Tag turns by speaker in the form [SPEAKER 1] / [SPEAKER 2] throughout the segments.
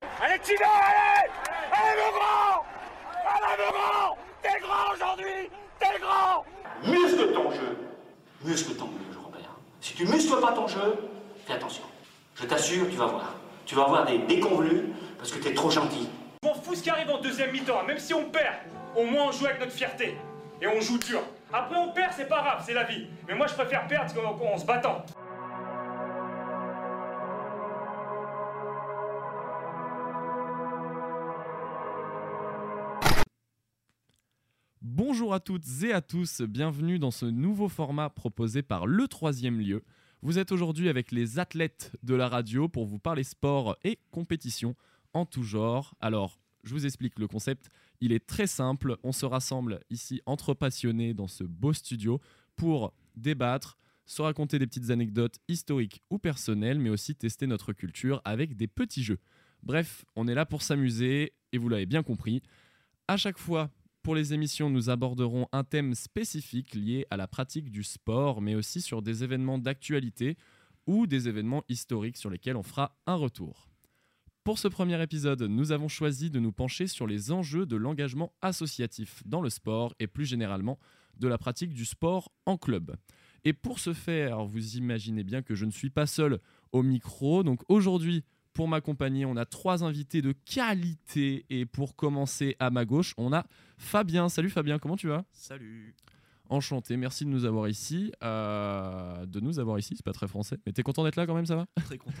[SPEAKER 1] Martina, allez Allez mon grand Allez mon grand T'es grand aujourd'hui T'es grand
[SPEAKER 2] Muscle ton jeu Muscle ton jeu, Robert. Si tu muscles pas ton jeu, fais attention. Je t'assure, tu vas voir. Tu vas avoir des déconvenus parce que t'es trop gentil.
[SPEAKER 3] Je m'en fous ce qui arrive en deuxième mi-temps, même si on perd, au moins on joue avec notre fierté. Et on joue dur. Après on perd, c'est pas grave, c'est la vie. Mais moi je préfère perdre qu'en- qu'en se battant.
[SPEAKER 4] Bonjour à toutes et à tous, bienvenue dans ce nouveau format proposé par le troisième lieu. Vous êtes aujourd'hui avec les athlètes de la radio pour vous parler sport et compétition en tout genre. Alors, je vous explique le concept, il est très simple, on se rassemble ici entre passionnés dans ce beau studio pour débattre, se raconter des petites anecdotes historiques ou personnelles, mais aussi tester notre culture avec des petits jeux. Bref, on est là pour s'amuser et vous l'avez bien compris. À chaque fois pour les émissions, nous aborderons un thème spécifique lié à la pratique du sport, mais aussi sur des événements d'actualité ou des événements historiques sur lesquels on fera un retour. Pour ce premier épisode, nous avons choisi de nous pencher sur les enjeux de l'engagement associatif dans le sport et plus généralement de la pratique du sport en club. Et pour ce faire, vous imaginez bien que je ne suis pas seul au micro, donc aujourd'hui, pour m'accompagner, on a trois invités de qualité et pour commencer à ma gauche, on a Fabien, salut Fabien, comment tu vas
[SPEAKER 5] Salut.
[SPEAKER 4] Enchanté, merci de nous avoir ici. euh, de nous avoir ici, c'est pas très français, mais t'es content d'être là quand même, ça va
[SPEAKER 5] Très content.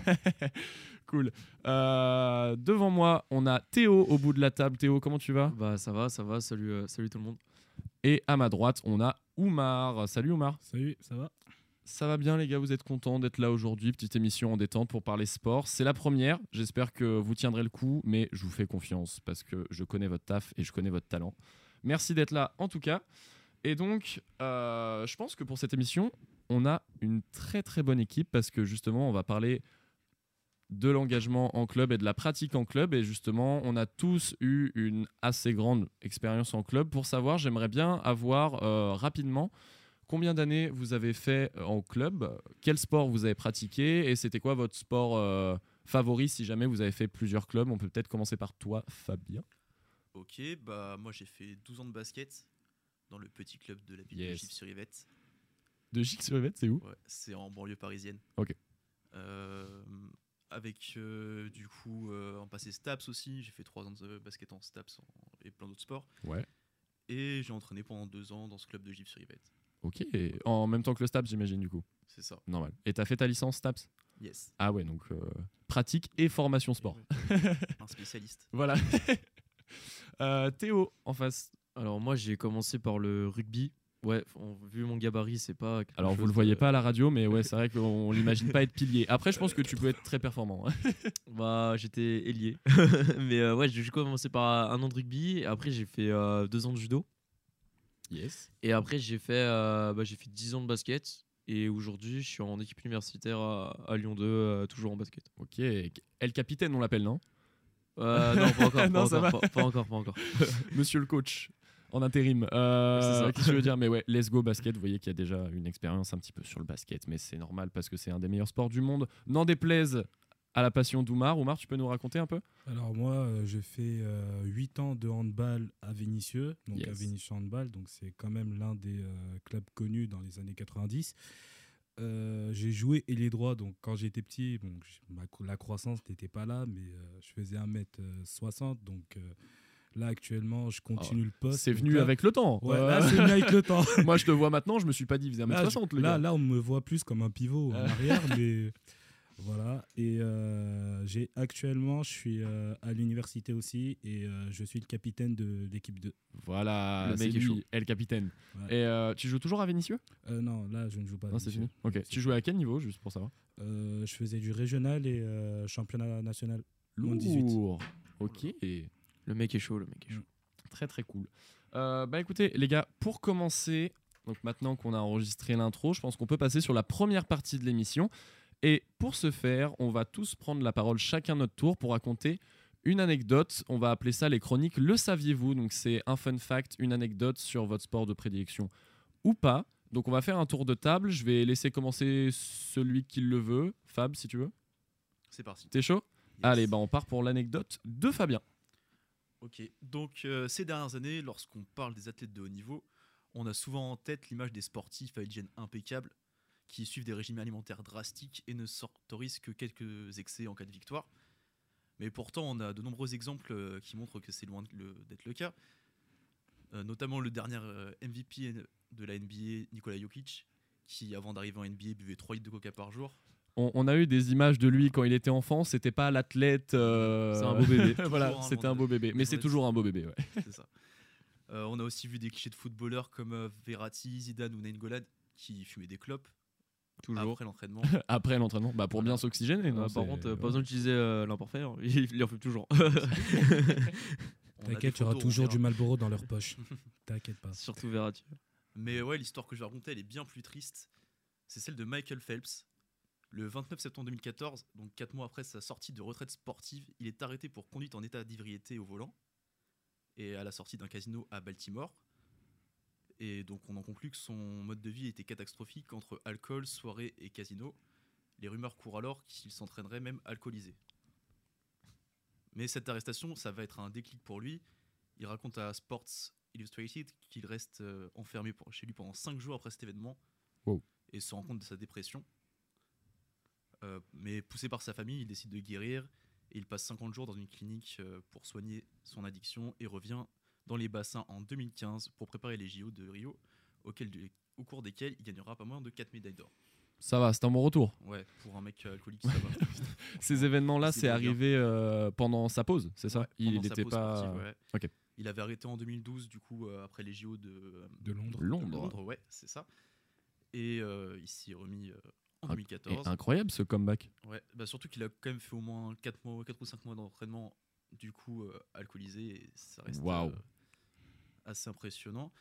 [SPEAKER 4] Cool. Euh, devant moi, on a Théo au bout de la table. Théo, comment tu vas
[SPEAKER 5] bah ça va, ça va. Salut, euh, salut tout le monde.
[SPEAKER 4] Et à ma droite, on a Oumar. Salut Oumar.
[SPEAKER 6] Salut, ça va
[SPEAKER 4] Ça va bien les gars, vous êtes contents d'être là aujourd'hui, petite émission en détente pour parler sport. C'est la première, j'espère que vous tiendrez le coup, mais je vous fais confiance parce que je connais votre taf et je connais votre talent. Merci d'être là en tout cas. Et donc, euh, je pense que pour cette émission, on a une très très bonne équipe parce que justement, on va parler de l'engagement en club et de la pratique en club. Et justement, on a tous eu une assez grande expérience en club. Pour savoir, j'aimerais bien avoir euh, rapidement combien d'années vous avez fait euh, en club, quel sport vous avez pratiqué et c'était quoi votre sport euh, favori si jamais vous avez fait plusieurs clubs. On peut peut-être commencer par toi, Fabien.
[SPEAKER 5] Ok, bah moi j'ai fait 12 ans de basket dans le petit club de la ville
[SPEAKER 4] Yes.
[SPEAKER 5] de Gilles-sur-Yvette.
[SPEAKER 4] De Gix c'est où
[SPEAKER 5] Ouais, c'est en banlieue parisienne.
[SPEAKER 4] Ok.
[SPEAKER 5] Euh, avec euh, du coup euh, en passé Staps aussi. J'ai fait 3 ans de basket en Staps en- et plein d'autres sports.
[SPEAKER 4] Ouais.
[SPEAKER 5] Et j'ai entraîné pendant 2 ans dans ce club de Gilles-sur-Yvette.
[SPEAKER 4] Ok, en même temps que le STAPS, j'imagine, du coup.
[SPEAKER 5] C'est ça.
[SPEAKER 4] Normal. Et t'as fait ta licence STAPS
[SPEAKER 5] Yes.
[SPEAKER 4] Ah ouais, donc euh, pratique et formation sport.
[SPEAKER 5] Un spécialiste.
[SPEAKER 4] Voilà. Euh, Théo, en face.
[SPEAKER 7] Alors moi j'ai commencé par le rugby. Ouais, on- vu mon gabarit, c'est pas. quelque
[SPEAKER 4] Alors, vous
[SPEAKER 7] chose
[SPEAKER 4] le voyez
[SPEAKER 7] de-
[SPEAKER 4] pas à la radio, mais ouais, c'est vrai qu'on l'imagine pas être pilier. Après, je pense que tu peux être très performant. hein.
[SPEAKER 7] Bah j'étais ailier, mais euh, ouais j'ai j'ai commencé par un an de rugby. et Après j'ai fait euh, deux ans de judo
[SPEAKER 4] Yes.
[SPEAKER 7] et après j'ai fait euh, bah, j'ai fait dix ans de basket et aujourd'hui je suis en équipe universitaire à, à Lyon 2, euh, toujours en basket.
[SPEAKER 4] Ok. El Capitaine, on l'appelle, non
[SPEAKER 7] Euh, non pas encore, pas,
[SPEAKER 4] Non, ça
[SPEAKER 7] encore
[SPEAKER 4] va.
[SPEAKER 7] pas, pas encore, pas encore.
[SPEAKER 4] Monsieur le coach en intérim. Euh,
[SPEAKER 7] C'est ça.
[SPEAKER 4] Qu'est-ce que je veux dire Mais ouais, let's go basket. Vous voyez qu'il y a déjà une expérience un petit peu sur le basket, mais c'est normal parce que c'est un des meilleurs sports du monde. N'en déplaise à la passion d'Oumar. Oumar, tu peux nous raconter un peu
[SPEAKER 6] Alors moi, euh, j'ai fait 8 ans de handball à Vénissieux, donc à
[SPEAKER 4] Yes.
[SPEAKER 6] Vénissieux Handball, donc c'est quand même l'un des euh, clubs connus dans les années 90. Euh, j'ai joué ailier droit, donc quand j'étais petit, bon, j- ma cro- la croissance n'était pas là, mais euh, je faisais 1m60, donc euh, là actuellement, je continue le poste.
[SPEAKER 4] Oh, C'est
[SPEAKER 6] donc
[SPEAKER 4] venu
[SPEAKER 6] là-
[SPEAKER 4] avec le temps.
[SPEAKER 6] Ouais,
[SPEAKER 4] Euh,
[SPEAKER 6] là c'est venu avec le temps.
[SPEAKER 4] Moi, je te vois maintenant, je me suis pas dit, il faisait
[SPEAKER 6] Là,
[SPEAKER 4] 1m60,
[SPEAKER 6] je-
[SPEAKER 4] le
[SPEAKER 6] là,
[SPEAKER 4] gars.
[SPEAKER 6] là, on me voit plus comme un pivot en
[SPEAKER 4] Euh.
[SPEAKER 6] arrière, mais voilà. Et euh, j'ai actuellement, je suis euh, à l'université aussi et euh, je suis le capitaine de l'équipe 2.
[SPEAKER 4] Voilà,
[SPEAKER 7] Le
[SPEAKER 4] c'est
[SPEAKER 7] mec est
[SPEAKER 4] lui,
[SPEAKER 7] chaud.
[SPEAKER 4] El Capitaine.
[SPEAKER 6] Ouais.
[SPEAKER 4] Et euh, tu joues toujours à Vénissieux
[SPEAKER 6] Euh, non, là, je ne joue pas.
[SPEAKER 4] Non, c'est
[SPEAKER 6] monsieur.
[SPEAKER 4] fini. Ok. Tu jouais à quel niveau, juste pour savoir
[SPEAKER 6] Euh, je faisais du régional et euh, championnat national. Moins 18.
[SPEAKER 4] Lourd. Ok.
[SPEAKER 7] Le mec est chaud, le mec est chaud.
[SPEAKER 4] Très très cool. Euh, bah écoutez les gars, pour commencer, donc maintenant qu'on a enregistré l'intro, je pense qu'on peut passer sur la première partie de l'émission. Et pour ce faire, on va tous prendre la parole chacun notre tour pour raconter une anecdote. On va appeler ça les chroniques Le saviez-vous Donc c'est un fun fact, une anecdote sur votre sport de prédilection ou pas. Donc on va faire un tour de table. Je vais laisser commencer celui qui le veut. Fab, si tu veux.
[SPEAKER 5] C'est parti.
[SPEAKER 4] T'es chaud Allez, bah on part pour l'anecdote de Fabien.
[SPEAKER 5] Ok, donc euh, ces dernières années, lorsqu'on parle des athlètes de haut niveau, on a souvent en tête l'image des sportifs à hygiène impeccable, qui suivent des régimes alimentaires drastiques et ne s'autorisent que quelques excès en cas de victoire. Mais pourtant, on a de nombreux exemples euh, qui montrent que c'est loin de le- d'être le cas. Euh, notamment le dernier euh, MVP de la NBA, Nikola Jokic, qui avant d'arriver en NBA buvait 3 litres de coca par jour.
[SPEAKER 4] On, on a eu des images de lui quand il était enfant. C'était pas l'athlète. euh,
[SPEAKER 7] C'est un beau bébé.
[SPEAKER 4] voilà,
[SPEAKER 5] Toujours un
[SPEAKER 4] c'était
[SPEAKER 5] bon
[SPEAKER 4] un beau
[SPEAKER 5] bébé.
[SPEAKER 4] bébé. Mais c'est toujours un beau bébé, ouais.
[SPEAKER 5] C'est ça. Euh, on a aussi vu des clichés de footballeurs comme euh, Verratti, Zidane ou Nainggolan qui fumaient des clopes
[SPEAKER 7] Toujours.
[SPEAKER 5] après l'entraînement.
[SPEAKER 4] Après l'entraînement, bah pour bien s'oxygéner.
[SPEAKER 7] Ah,
[SPEAKER 4] non,
[SPEAKER 7] par
[SPEAKER 4] c'est-
[SPEAKER 7] contre, euh, pas
[SPEAKER 4] ouais.
[SPEAKER 7] besoin d'utiliser euh, l'imparfait, hein. il il en fait toujours.
[SPEAKER 5] On a des
[SPEAKER 6] T'inquiète, tu auras
[SPEAKER 5] photos, on
[SPEAKER 6] toujours
[SPEAKER 5] verra.
[SPEAKER 6] du Malboro dans leur poche. T'inquiète pas.
[SPEAKER 7] Surtout Verratti.
[SPEAKER 5] Mais ouais, l'histoire que je vais raconter, elle est bien plus triste. C'est celle de Michael Phelps. Le 29 septembre 2014, donc 4 mois après sa sortie de retraite sportive, il est arrêté pour conduite en état d'ivriété au volant et à la sortie d'un casino à Baltimore. Et donc on en conclut que son mode de vie était catastrophique entre alcool, soirée et casino. Les rumeurs courent alors qu'il s'entraînerait même alcoolisé. Mais cette arrestation, ça va être un déclic pour lui. Il raconte à Sports Illustrated qu'il reste euh, enfermé pour- chez lui pendant 5 jours après cet événement
[SPEAKER 4] Wow.
[SPEAKER 5] et se rend compte de sa dépression. Euh, mais poussé par sa famille, il décide de guérir et il passe 50 jours dans une clinique euh, pour soigner son addiction et revient dans les bassins en 2015 pour préparer les JO de Rio, auquel- au cours desquels il gagnera pas moins de 4 médailles d'or.
[SPEAKER 4] Ça va, c'est un bon retour.
[SPEAKER 5] Ouais, pour un mec euh, alcoolique, ça va.
[SPEAKER 4] Ces événements-là,
[SPEAKER 5] C'est
[SPEAKER 4] c'est
[SPEAKER 5] bien.
[SPEAKER 4] arrivé euh, pendant sa pause, c'est ça
[SPEAKER 5] Ouais,
[SPEAKER 4] Il
[SPEAKER 5] pendant sa
[SPEAKER 4] n'était
[SPEAKER 5] pause
[SPEAKER 4] pas.
[SPEAKER 5] sportive, ouais.
[SPEAKER 4] ok.
[SPEAKER 5] Il avait arrêté en 2012, du coup, euh, après les JO de, euh,
[SPEAKER 6] De Londres.
[SPEAKER 5] de
[SPEAKER 4] Londres.
[SPEAKER 5] Londres, ouais, c'est ça. Et euh, il s'y est remis euh, en
[SPEAKER 4] Ah, et
[SPEAKER 5] 2014.
[SPEAKER 4] Et incroyable ce comeback.
[SPEAKER 5] Ouais, bah surtout qu'il a quand même fait au moins 4, mois, quatre ou 5 mois d'entraînement, du coup, euh, alcoolisé, et ça reste
[SPEAKER 4] Waouh.
[SPEAKER 5] euh, assez impressionnant.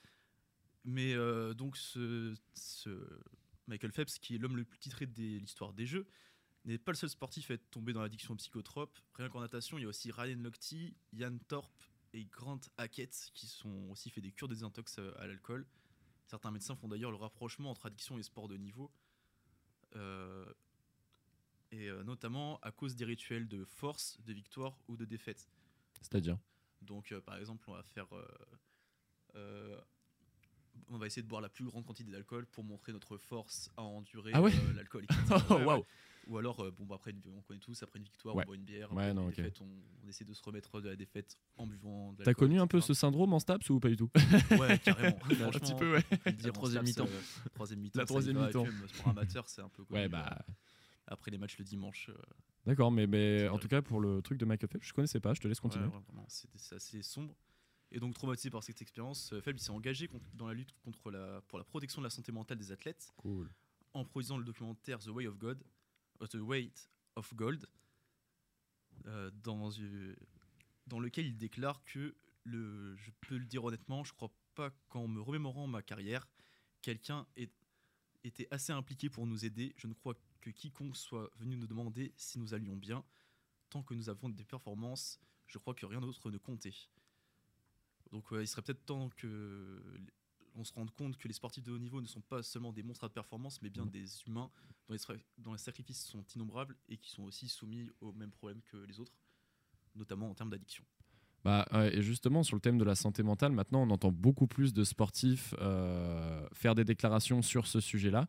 [SPEAKER 5] Mais euh, donc, ce, ce Michael Phelps, qui est l'homme le plus titré de l'histoire des Jeux, n'est pas le seul sportif à être tombé dans l'addiction aux psychotropes. Rien qu'en natation, il y a aussi Ryan Lochte, Ian Thorpe et Grant Hackett qui sont aussi fait des cures de désintox euh, à l'alcool. Certains médecins font d'ailleurs le rapprochement entre addiction et sport de niveau. Euh, et euh, notamment à cause des rituels de force, de victoire ou de défaite.
[SPEAKER 4] C'est-à-dire
[SPEAKER 5] Donc, euh, par exemple, on va faire. euh, euh, on va essayer de boire la plus grande quantité d'alcool pour montrer notre force à endurer
[SPEAKER 4] Ah ouais
[SPEAKER 5] euh, l'alcool. etc. Ouais, ouais.
[SPEAKER 4] Waouh
[SPEAKER 5] Ou alors, euh, bon, bah, après, une- on connaît tous, après une victoire,
[SPEAKER 4] Ouais.
[SPEAKER 5] on boit une bière,
[SPEAKER 4] Ouais,
[SPEAKER 5] après
[SPEAKER 4] non,
[SPEAKER 5] une
[SPEAKER 4] ok.
[SPEAKER 5] défaite, on, on essaie de se remettre de la défaite en buvant de l'alcool.
[SPEAKER 4] T'as connu un peu ce
[SPEAKER 5] etc.
[SPEAKER 4] syndrome en Stabs ou pas du tout
[SPEAKER 5] Ouais, carrément. Franchement,
[SPEAKER 4] petit peu, ouais.
[SPEAKER 5] on peut le dire,
[SPEAKER 7] La
[SPEAKER 5] en
[SPEAKER 7] troisième
[SPEAKER 5] Staps,
[SPEAKER 7] mi-temps.
[SPEAKER 5] euh, troisième mi-temps.
[SPEAKER 4] La
[SPEAKER 5] ça y
[SPEAKER 4] troisième
[SPEAKER 5] va, et
[SPEAKER 4] mi-temps.
[SPEAKER 5] puis même, Pour amateur, c'est un peu connu,
[SPEAKER 4] Ouais,
[SPEAKER 5] euh,
[SPEAKER 4] bah.
[SPEAKER 5] Après les matchs le dimanche. euh,
[SPEAKER 4] D'accord, mais, mais
[SPEAKER 5] c'est
[SPEAKER 4] en tout cas, pour le truc de Michael Phelps, je connaissais pas, je te laisse
[SPEAKER 5] Ouais,
[SPEAKER 4] continuer.
[SPEAKER 5] ouais, vraiment, c'est c'est assez sombre. Et donc traumatisé par cette expérience, euh, Phelps s'est engagé contre- dans la lutte contre la, pour la protection de la santé mentale des athlètes
[SPEAKER 4] Cool.
[SPEAKER 5] en produisant le documentaire The Way of God, euh, The Weight of Gold, euh, dans, euh, dans lequel il déclare que le, je peux le dire honnêtement, je crois pas qu'en me remémorant ma carrière, quelqu'un ait était assez impliqué pour nous aider. Je ne crois que quiconque soit venu nous demander si nous allions bien. Tant que nous avons des performances, je crois que rien d'autre ne comptait. Donc ouais, il serait peut-être temps que on se rende compte que les sportifs de haut niveau ne sont pas seulement des monstres à performance, mais bien
[SPEAKER 4] Mm.
[SPEAKER 5] des humains dont les, sra- dont les sacrifices sont innombrables et qui sont aussi soumis aux mêmes problèmes que les autres, notamment en termes d'addiction.
[SPEAKER 4] Bah, ouais, et justement, sur le thème de la santé mentale, maintenant, on entend beaucoup plus de sportifs euh, faire des déclarations sur ce sujet-là.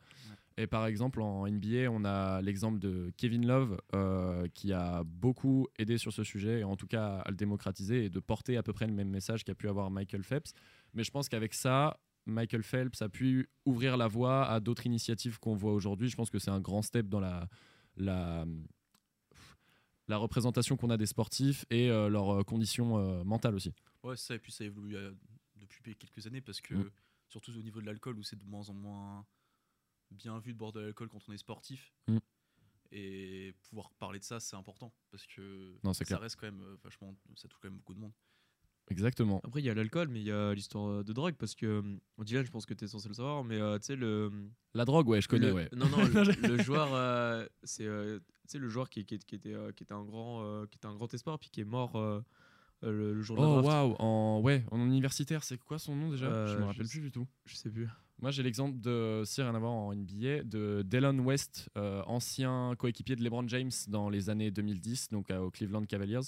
[SPEAKER 4] Et par exemple, en NBA, on a l'exemple de Kevin Love, euh, qui a beaucoup aidé sur ce sujet, et en tout cas à le démocratiser, et de porter à peu près le même message qu'a pu avoir Michael Phelps. Mais je pense qu'avec ça, Michael Phelps a pu ouvrir la voie à d'autres initiatives qu'on voit aujourd'hui. Je pense que c'est un grand step dans la, la, la représentation qu'on a des sportifs et euh, leurs euh, conditions euh, mentales aussi.
[SPEAKER 5] Ouais, c'est ça, et puis ça évolue euh, depuis quelques années parce que,
[SPEAKER 4] Mm.
[SPEAKER 5] surtout au niveau de l'alcool, où c'est de moins en moins bien vu de boire de l'alcool quand on est sportif,
[SPEAKER 4] Mm.
[SPEAKER 5] et pouvoir parler de ça, c'est important parce que
[SPEAKER 4] Non, c'est
[SPEAKER 5] ça
[SPEAKER 4] clair.
[SPEAKER 5] reste quand même euh, vachement, ça touche quand même beaucoup de monde.
[SPEAKER 4] Exactement.
[SPEAKER 7] Après, il y a l'alcool, mais il y a l'histoire de drogue, parce que, euh, Dylan, je pense que tu es censé le savoir, mais euh, tu sais, le,
[SPEAKER 4] La drogue, ouais, je connais,
[SPEAKER 7] le-
[SPEAKER 4] ouais.
[SPEAKER 7] Non, non, le, le joueur, euh, c'est euh, tu sais, le joueur qui, qui- qui était, euh, qui, était un grand, euh, qui était un grand espoir, puis qui est mort euh, euh, le, le jour de la
[SPEAKER 4] Oh
[SPEAKER 7] draft.
[SPEAKER 4] waouh, en ouais, en universitaire, c'est quoi son nom déjà
[SPEAKER 7] Euh,
[SPEAKER 4] Je me
[SPEAKER 7] je
[SPEAKER 4] rappelle
[SPEAKER 7] sais-
[SPEAKER 4] plus du tout.
[SPEAKER 7] Je sais plus.
[SPEAKER 4] Moi, j'ai l'exemple de, si rien à voir en NBA, de Delon West, euh, ancien coéquipier de LeBron James dans les années 2010, donc euh, aux Cleveland Cavaliers,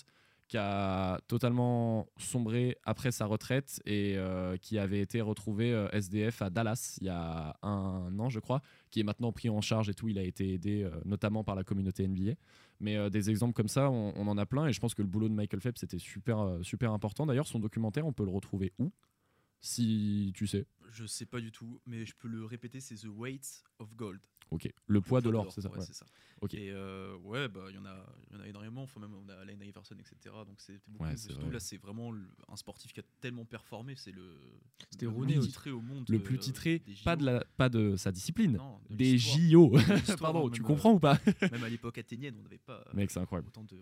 [SPEAKER 4] qui a totalement sombré après sa retraite et euh, qui avait été retrouvé euh, SDF à Dallas il y a un an, je crois, qui est maintenant pris en charge et tout. Il a été aidé euh, notamment par la communauté NBA. Mais euh, des exemples comme ça, on, on en a plein et je pense que le boulot de Michael Phelps était super, euh, super important. D'ailleurs, son documentaire, on peut le retrouver où Si tu sais.
[SPEAKER 5] Je sais pas du tout, mais je peux le répéter, c'est The Weight of Gold.
[SPEAKER 4] Ok. Le poids de
[SPEAKER 5] Enfin,
[SPEAKER 4] l'or, c'est ça.
[SPEAKER 5] ouais,
[SPEAKER 4] ouais.
[SPEAKER 5] c'est ça.
[SPEAKER 4] Ok.
[SPEAKER 5] Et euh, ouais, bah, il y, en a- il y en a énormément. Enfin, même, on a Alain Iverson, etc. Donc, c'est beaucoup.
[SPEAKER 4] Ouais,
[SPEAKER 5] mais
[SPEAKER 4] c'est
[SPEAKER 5] surtout,
[SPEAKER 4] vrai.
[SPEAKER 5] là, c'est vraiment le- un sportif qui a tellement performé. C'est le,
[SPEAKER 7] C'était
[SPEAKER 5] le
[SPEAKER 7] Rooney
[SPEAKER 5] plus
[SPEAKER 7] aussi.
[SPEAKER 5] titré au monde.
[SPEAKER 4] Le
[SPEAKER 5] euh,
[SPEAKER 4] plus titré,
[SPEAKER 5] des
[SPEAKER 4] pas de,
[SPEAKER 5] JO.
[SPEAKER 4] la, pas de sa discipline,
[SPEAKER 5] Non, de
[SPEAKER 4] des
[SPEAKER 5] l'histoire.
[SPEAKER 4] JO.
[SPEAKER 5] l'histoire,
[SPEAKER 4] Pardon,
[SPEAKER 5] même,
[SPEAKER 4] tu
[SPEAKER 5] euh,
[SPEAKER 4] comprends ou pas
[SPEAKER 5] Même à l'époque athénienne, on n'avait pas euh,
[SPEAKER 4] Mec, c'est incroyable.
[SPEAKER 5] autant de.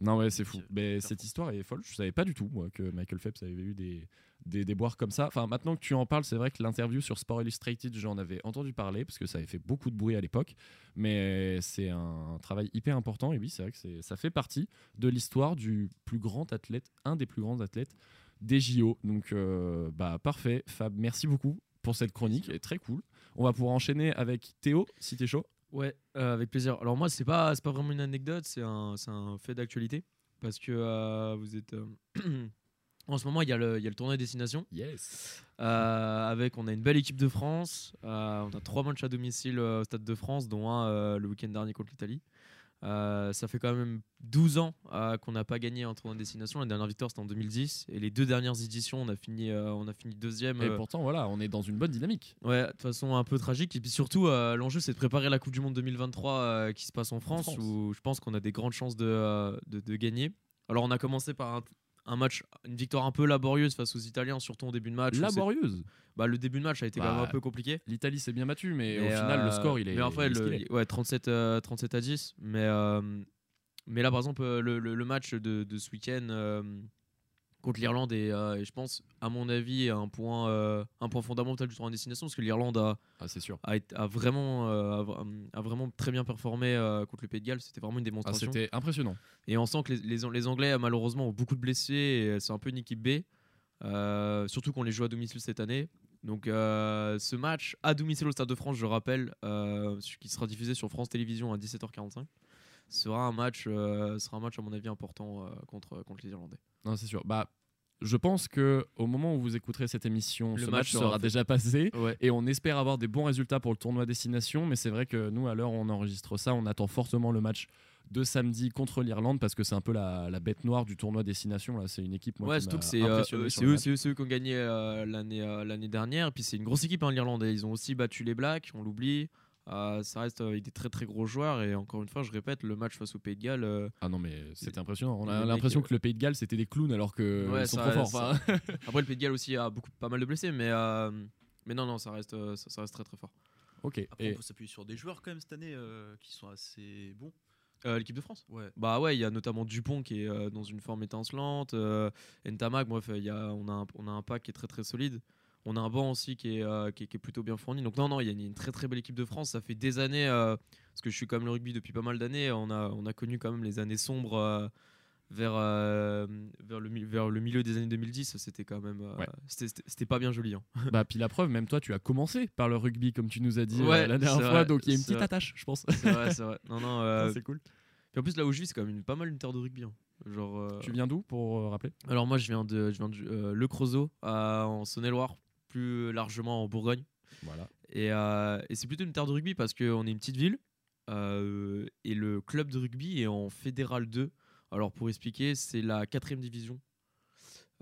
[SPEAKER 4] Non, ouais, c'est fou.
[SPEAKER 5] Donc, euh,
[SPEAKER 4] Mais
[SPEAKER 5] faire
[SPEAKER 4] cette
[SPEAKER 5] fond.
[SPEAKER 4] histoire est folle. Je savais pas du tout, moi, que Michael Phelps avait eu des, des déboires comme ça. Enfin, maintenant que tu en parles, c'est vrai que l'interview sur Sport Illustrated, j'en avais entendu parler parce que ça avait fait beaucoup de bruit à l'époque. Mais c'est un travail hyper important. Et oui, c'est vrai que c'est- ça fait partie de l'histoire du plus grand athlète, un des plus grands athlètes des JO. Donc, euh, bah, parfait. Fab, merci beaucoup pour cette chronique. Elle est très cool. On va pouvoir enchaîner avec Théo, si t'es chaud.
[SPEAKER 7] Ouais, euh, avec plaisir. Alors moi, c'est pas, c'est pas vraiment une anecdote, c'est un, c'est un fait d'actualité. Parce que euh, vous êtes... euh, en ce moment, il y, a le- il y a le tournoi Destination.
[SPEAKER 4] Yes.
[SPEAKER 7] Euh, avec, on a une belle équipe de France. Euh, on a trois matchs à domicile euh, au Stade de France, dont un euh, le week-end dernier contre l'Italie. Euh, ça fait quand même 12 ans euh, qu'on n'a pas gagné un tournoi de destination. La dernière victoire, c'était en 2010. Et les deux dernières éditions, on a fini, euh, on a fini deuxième.
[SPEAKER 4] Et
[SPEAKER 7] euh,
[SPEAKER 4] pourtant, voilà, on est dans une bonne dynamique.
[SPEAKER 7] Ouais, de toute façon un peu tragique. Et puis surtout, euh, l'enjeu, c'est de préparer la Coupe du Monde 2023 euh, qui se passe en France,
[SPEAKER 4] France.
[SPEAKER 7] où je pense qu'on a des grandes chances de, euh, de, de gagner. Alors, on a commencé par un, un match, une victoire un peu laborieuse face aux Italiens, surtout au début de match. où c'est-
[SPEAKER 4] Laborieuse.
[SPEAKER 7] bah, le début de match a été quand même
[SPEAKER 4] Bah,
[SPEAKER 7] un peu compliqué.
[SPEAKER 4] L'Italie s'est bien battue, mais, au
[SPEAKER 7] Mais,
[SPEAKER 4] final, le
[SPEAKER 7] euh,
[SPEAKER 4] score, il est.
[SPEAKER 7] Mais en fait,
[SPEAKER 4] il est ce
[SPEAKER 7] le-
[SPEAKER 4] qu'il est.
[SPEAKER 7] ouais, 37, euh, 37 à 10. Mais, euh, mais là, par exemple, euh, le, le- le match de, de ce week-end euh, contre l'Irlande est, euh, et je pense, à mon avis, un point, euh, un point fondamental du tournoi en destination, parce que l'Irlande a,
[SPEAKER 4] Ah, c'est sûr.
[SPEAKER 7] a, été- a vraiment, euh, a vra- a vraiment très bien performé euh, contre le Pays de Galles. C'était vraiment une
[SPEAKER 4] Ah,
[SPEAKER 7] démonstration.
[SPEAKER 4] c'était impressionnant.
[SPEAKER 7] Et on sent que les, les, An- les Anglais, malheureusement, ont beaucoup de blessés. et, euh, C'est un peu une équipe B. euh, surtout qu'on les joue à domicile cette année. Donc, euh, ce match à domicile au Stade de France, je rappelle, euh, ce qui sera diffusé sur France Télévisions à 17h45, sera un match, euh, sera un match à mon avis, important euh, contre, contre les Irlandais.
[SPEAKER 4] Non, c'est sûr. Bah, je pense que au moment où vous écouterez cette émission,
[SPEAKER 7] Le
[SPEAKER 4] ce match
[SPEAKER 7] match sera
[SPEAKER 4] sera
[SPEAKER 7] fait.
[SPEAKER 4] déjà passé.
[SPEAKER 7] Ouais.
[SPEAKER 4] Et on espère avoir des bons résultats pour le tournoi destination. Mais c'est vrai que nous, à l'heure où on enregistre ça, on attend fortement le match de samedi contre l'Irlande parce que c'est un peu la, la bête noire du tournoi destination. Là, c'est une équipe. Moi,
[SPEAKER 7] ouais,
[SPEAKER 4] qui
[SPEAKER 7] surtout
[SPEAKER 4] m'a
[SPEAKER 7] que c'est euh,
[SPEAKER 4] impressionné
[SPEAKER 7] eux,
[SPEAKER 4] sur
[SPEAKER 7] c'est
[SPEAKER 4] le
[SPEAKER 7] eux,
[SPEAKER 4] match.
[SPEAKER 7] c'est eux, c'est eux qui ont gagné euh, l'année euh, l'année dernière. Et puis c'est une grosse équipe, hein, l'Irlandais. Ils ont aussi battu les Blacks, on l'oublie. Euh, ça reste euh, avec des très très gros joueurs. Et encore une fois, je répète, le match face au Pays de Galles. euh,
[SPEAKER 4] Ah non, mais c'était impressionnant. On
[SPEAKER 7] les
[SPEAKER 4] a
[SPEAKER 7] mecs,
[SPEAKER 4] l'impression
[SPEAKER 7] euh,
[SPEAKER 4] que le Pays de Galles c'était des clowns alors que
[SPEAKER 7] Ouais,
[SPEAKER 4] Euh, ils sont
[SPEAKER 7] ça-
[SPEAKER 4] trop forts.
[SPEAKER 7] ça-
[SPEAKER 4] Enfin,
[SPEAKER 7] Après, le Pays de Galles aussi a beaucoup, pas mal de blessés, mais, euh, mais non, non, ça reste, euh, ça, ça reste très très fort.
[SPEAKER 4] ok.
[SPEAKER 5] Après,
[SPEAKER 4] Et
[SPEAKER 5] on peut s'appuyer sur des joueurs quand même cette année euh, qui sont assez bons.
[SPEAKER 7] Euh, L'équipe de France
[SPEAKER 5] Ouais.
[SPEAKER 7] Bah ouais, il y a notamment Dupont qui est euh, dans une forme étincelante, euh, Ntamak, bref, il y a, on, a un, on a un pack qui est très très solide. On a un banc aussi qui est, euh, qui est, qui est plutôt bien fourni. Donc non, non, il y a une, une très très belle équipe de France. Ça fait des années, euh, parce que je suis quand même le rugby depuis pas mal d'années, on a, on a connu quand même les années sombres euh, vers, euh, vers, le, mi- vers le milieu des années 2010. C'était quand même... euh,
[SPEAKER 4] Ouais.
[SPEAKER 7] c'était- C'était c'était pas bien joli. hein.
[SPEAKER 4] Bah, puis la preuve, même toi, tu as commencé par le rugby, comme tu nous as dit euh,
[SPEAKER 7] Ouais,
[SPEAKER 4] la dernière
[SPEAKER 7] c'est
[SPEAKER 4] fois.
[SPEAKER 7] vrai,
[SPEAKER 4] donc il y a une
[SPEAKER 7] c'est
[SPEAKER 4] petite
[SPEAKER 7] vrai.
[SPEAKER 4] attache, je pense.
[SPEAKER 7] C'est vrai, c'est vrai. Non, non. euh,
[SPEAKER 4] c'est cool.
[SPEAKER 7] puis en plus, là où je vis, c'est quand même une- pas mal une terre de rugby. hein. Genre, euh,
[SPEAKER 4] Tu viens d'où pour euh, rappeler
[SPEAKER 7] Alors, moi, je viens de, je viens de euh, Le Creusot, à- en Saône-et-Loire, plus largement en Bourgogne.
[SPEAKER 4] Voilà.
[SPEAKER 7] Et, euh, et c'est plutôt une terre de rugby parce qu'on est une petite ville. euh, et le club de rugby est en Fédéral 2. Alors, pour expliquer, c'est la quatrième division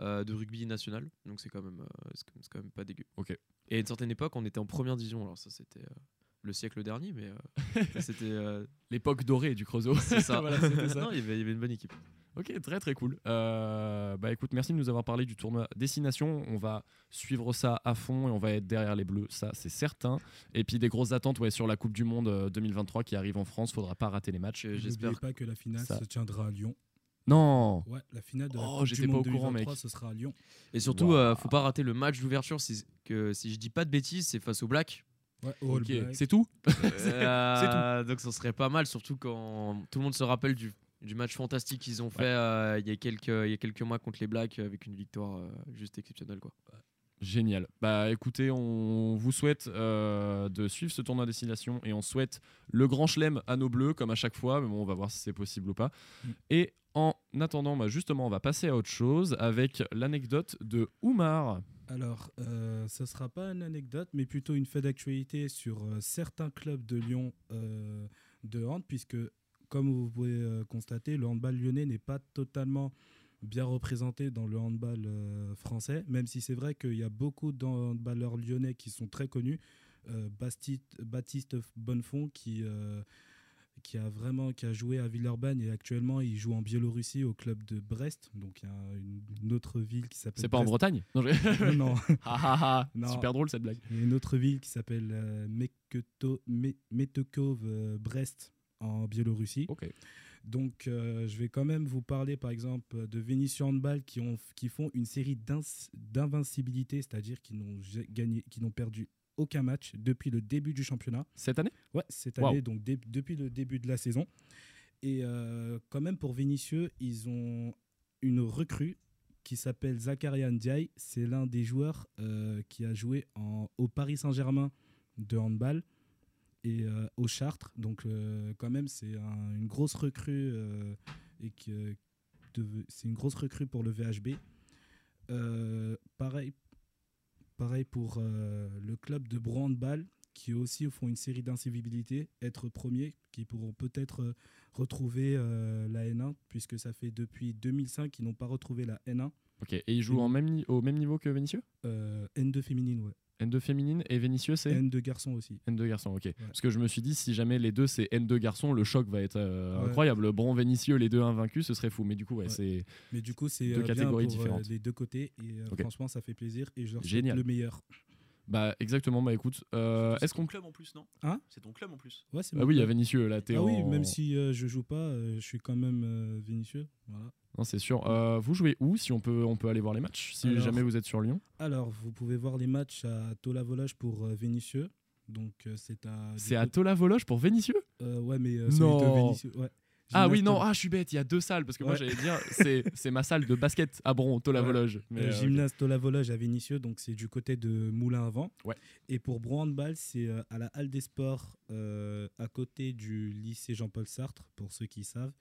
[SPEAKER 7] euh, de rugby national. Donc, c'est quand, même, euh, c'est quand- c'est quand même pas dégueu.
[SPEAKER 4] Ok.
[SPEAKER 7] Et à une certaine époque, on était en première division. Alors, ça, c'était euh, le siècle dernier, mais euh, c'était. euh,
[SPEAKER 4] L'époque dorée du Creusot.
[SPEAKER 7] c'est ça.
[SPEAKER 4] Voilà, c'était ça.
[SPEAKER 7] Non, il y, avait, il y avait une bonne équipe.
[SPEAKER 4] Ok, très très cool. Euh, bah écoute, merci de nous avoir parlé du tournoi Destination. On va suivre ça à fond et on va être derrière les Bleus, ça c'est certain. Et puis des grosses attentes ouais, sur la Coupe du Monde euh, 2023 qui arrive en France. Faudra pas rater les matchs.
[SPEAKER 7] Euh, J'espère.
[SPEAKER 6] N'oubliez pas que la finale
[SPEAKER 4] Ça.
[SPEAKER 6] se tiendra à Lyon.
[SPEAKER 4] Non
[SPEAKER 6] Ouais, la finale de la
[SPEAKER 4] Oh,
[SPEAKER 6] Coupe
[SPEAKER 4] j'étais
[SPEAKER 6] du
[SPEAKER 4] pas
[SPEAKER 6] Monde
[SPEAKER 4] au courant,
[SPEAKER 6] 2023,
[SPEAKER 4] mec.
[SPEAKER 6] ce sera à Lyon.
[SPEAKER 7] Et surtout,
[SPEAKER 4] Waouh.
[SPEAKER 7] euh, faut pas rater le match d'ouverture. Si, que, si je dis pas de bêtises, c'est face aux Blacks.
[SPEAKER 6] Ouais, All
[SPEAKER 4] Ok,
[SPEAKER 6] Black.
[SPEAKER 4] c'est tout
[SPEAKER 7] Euh, Donc, ça serait pas mal, surtout quand tout le monde se rappelle du, du match fantastique qu'ils ont fait euh, il y, a quelques- il y a quelques mois contre les Blacks avec une victoire euh, juste exceptionnelle. Quoi.
[SPEAKER 4] Génial. Bah écoutez, on vous souhaite euh, de suivre ce tournoi à destination et on souhaite le grand chelem à nos bleus comme à chaque fois, mais bon, on va voir si c'est possible ou pas. Et en attendant, bah, justement, on va passer à autre chose avec l'anecdote de Oumar.
[SPEAKER 6] Alors, euh, ce ne sera pas une anecdote, mais plutôt une fait d'actualité sur euh, certains clubs de Lyon euh, de hand, puisque, comme vous pouvez euh, constater, le handball lyonnais n'est pas totalement bien représenté dans le handball euh, français, même si c'est vrai qu'il y a beaucoup d'handballeurs lyonnais qui sont très connus. Euh, Basti- Baptiste Bonnefond, qui, euh, qui, a vraiment, qui a joué à Villeurbanne et actuellement il joue en Biélorussie au club de Brest, donc il y a une, une autre ville qui s'appelle.
[SPEAKER 4] C'est pas en
[SPEAKER 6] Brest.
[SPEAKER 4] Bretagne Non, je-
[SPEAKER 6] Non,
[SPEAKER 4] Ah, ah, ah,
[SPEAKER 6] Non.
[SPEAKER 4] Super drôle cette blague.
[SPEAKER 6] il y a une autre ville qui s'appelle euh, Meketo- Me- Metekov, euh, Brest, en Biélorussie.
[SPEAKER 4] Ok.
[SPEAKER 6] Donc, euh, je vais quand même vous parler, par exemple, de Vénitieux Handball qui, ont, qui font une série d'ins- d'invincibilité, c'est-à-dire qu'ils n'ont ja- gagné, qui n'ont perdu aucun match depuis le début du championnat.
[SPEAKER 4] Cette année
[SPEAKER 6] Ouais, cette
[SPEAKER 4] Wow.
[SPEAKER 6] année, donc dé- depuis le début de la saison. Et euh, quand même, pour Vénitieux, ils ont une recrue qui s'appelle Zakaria Ndiaye. C'est l'un des joueurs euh, qui a joué en- au Paris Saint-Germain de handball et euh, au Chartres. Donc, euh, quand même, c'est un- une grosse recrue euh, et que de- c'est une grosse recrue pour le VHB. Euh, pareil, pareil pour euh, le club de Bro Handball qui aussi font une série d'incivilité, être premiers, qui pourront peut-être euh, retrouver euh, la N1, puisque ça fait depuis 2005 qu'ils n'ont pas retrouvé la N1,
[SPEAKER 4] Ok. Et ils jouent en même ni- au même niveau que Vénitieux
[SPEAKER 6] Euh, N2 féminine, ouais.
[SPEAKER 4] N2 féminine et Vénitieux, c'est
[SPEAKER 6] N2 garçon aussi.
[SPEAKER 4] N2 garçons, ok. Parce que je me suis dit, si jamais les deux c'est N2 garçons, le choc va être euh,
[SPEAKER 6] Ouais.
[SPEAKER 4] incroyable. Bron, Vénitieux, les deux invaincus, ce serait fou. Mais du coup, ouais,
[SPEAKER 6] Ouais.
[SPEAKER 4] c'est
[SPEAKER 6] Mais du coup, c'est
[SPEAKER 4] Deux
[SPEAKER 6] euh, bien
[SPEAKER 4] catégories
[SPEAKER 6] pour euh,
[SPEAKER 4] différentes.
[SPEAKER 6] les deux côtés, et euh,
[SPEAKER 4] Ok.
[SPEAKER 6] franchement, ça fait plaisir, et je leur souhaite
[SPEAKER 4] Génial.
[SPEAKER 6] le meilleur.
[SPEAKER 4] bah exactement. Bah écoute, euh,
[SPEAKER 5] C'est
[SPEAKER 4] est-ce
[SPEAKER 5] ton
[SPEAKER 4] qu'on
[SPEAKER 5] club en plus, non
[SPEAKER 6] Hein
[SPEAKER 5] C'est ton club en plus.
[SPEAKER 6] Ouais, c'est
[SPEAKER 4] ah
[SPEAKER 6] mon
[SPEAKER 4] oui, il y a
[SPEAKER 6] club.
[SPEAKER 4] Vénitieux là. t'es
[SPEAKER 6] Ah oui,
[SPEAKER 4] en-
[SPEAKER 6] même si euh, je joue pas, euh, je suis quand même euh, vénitieux. Voilà.
[SPEAKER 4] Non, c'est sûr. Euh, vous jouez où Si on peut, on peut aller voir les matchs. Si
[SPEAKER 6] Alors- euh,
[SPEAKER 4] jamais vous êtes sur Lyon,
[SPEAKER 6] Alors, vous pouvez voir les matchs à Tola-Volage pour euh, Vénitieux. Donc, euh, c'est à. du
[SPEAKER 4] c'est à
[SPEAKER 6] coup-
[SPEAKER 4] Tola Voloche pour Vénitieux.
[SPEAKER 6] Euh, ouais, mais euh, celui de
[SPEAKER 4] Non.
[SPEAKER 6] Vénitieux. ouais.
[SPEAKER 4] Ah
[SPEAKER 6] Gymnase
[SPEAKER 4] oui, non.
[SPEAKER 6] Tola-
[SPEAKER 4] Ah, je suis bête. Il y a deux salles parce que moi
[SPEAKER 6] Ouais.
[SPEAKER 4] j'allais dire, c'est c'est ma salle de basket à Bron, Tola
[SPEAKER 6] Ouais.
[SPEAKER 4] Vologe. Mais,
[SPEAKER 6] Le
[SPEAKER 4] euh, ok.
[SPEAKER 6] gymnase Tola-Volage à Vénitieux, donc c'est du côté de Moulin à Vent.
[SPEAKER 4] Ouais.
[SPEAKER 6] Et pour Brandball, c'est euh, à la Halle des Sports, euh, à côté du lycée Jean-Paul Sartre, pour ceux qui savent.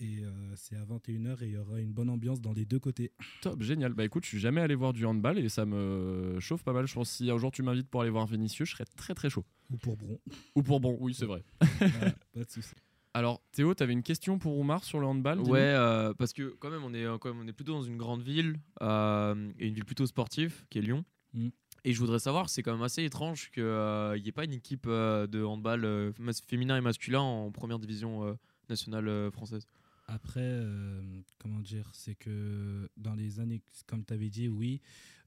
[SPEAKER 6] Et euh, c'est à 21h et il y aura une bonne ambiance dans les deux côtés.
[SPEAKER 4] Top, génial. Bah écoute, je suis jamais allé voir du handball et ça me chauffe pas mal. Je pense que si un jour tu m'invites pour aller voir Vénitieux, je serais très très chaud.
[SPEAKER 6] Ou pour Bron.
[SPEAKER 4] Ou pour Bron, oui, c'est vrai.
[SPEAKER 6] Voilà, pas de souci.
[SPEAKER 4] Alors Théo, t'avais une question pour Oumar sur le handball dis-nous.
[SPEAKER 7] Ouais, euh, parce que quand même, on est, euh, quand même, on est plutôt dans une grande ville, euh, et une ville plutôt sportive, qui est Lyon.
[SPEAKER 6] Mm.
[SPEAKER 7] Et je voudrais savoir, c'est quand même assez étrange qu'il n'y ait pas une équipe euh, de handball euh, mas- féminin et masculin en première division euh, nationale euh, française.
[SPEAKER 6] Après, euh, comment dire, c'est que dans les années, comme tu avais dit, oui,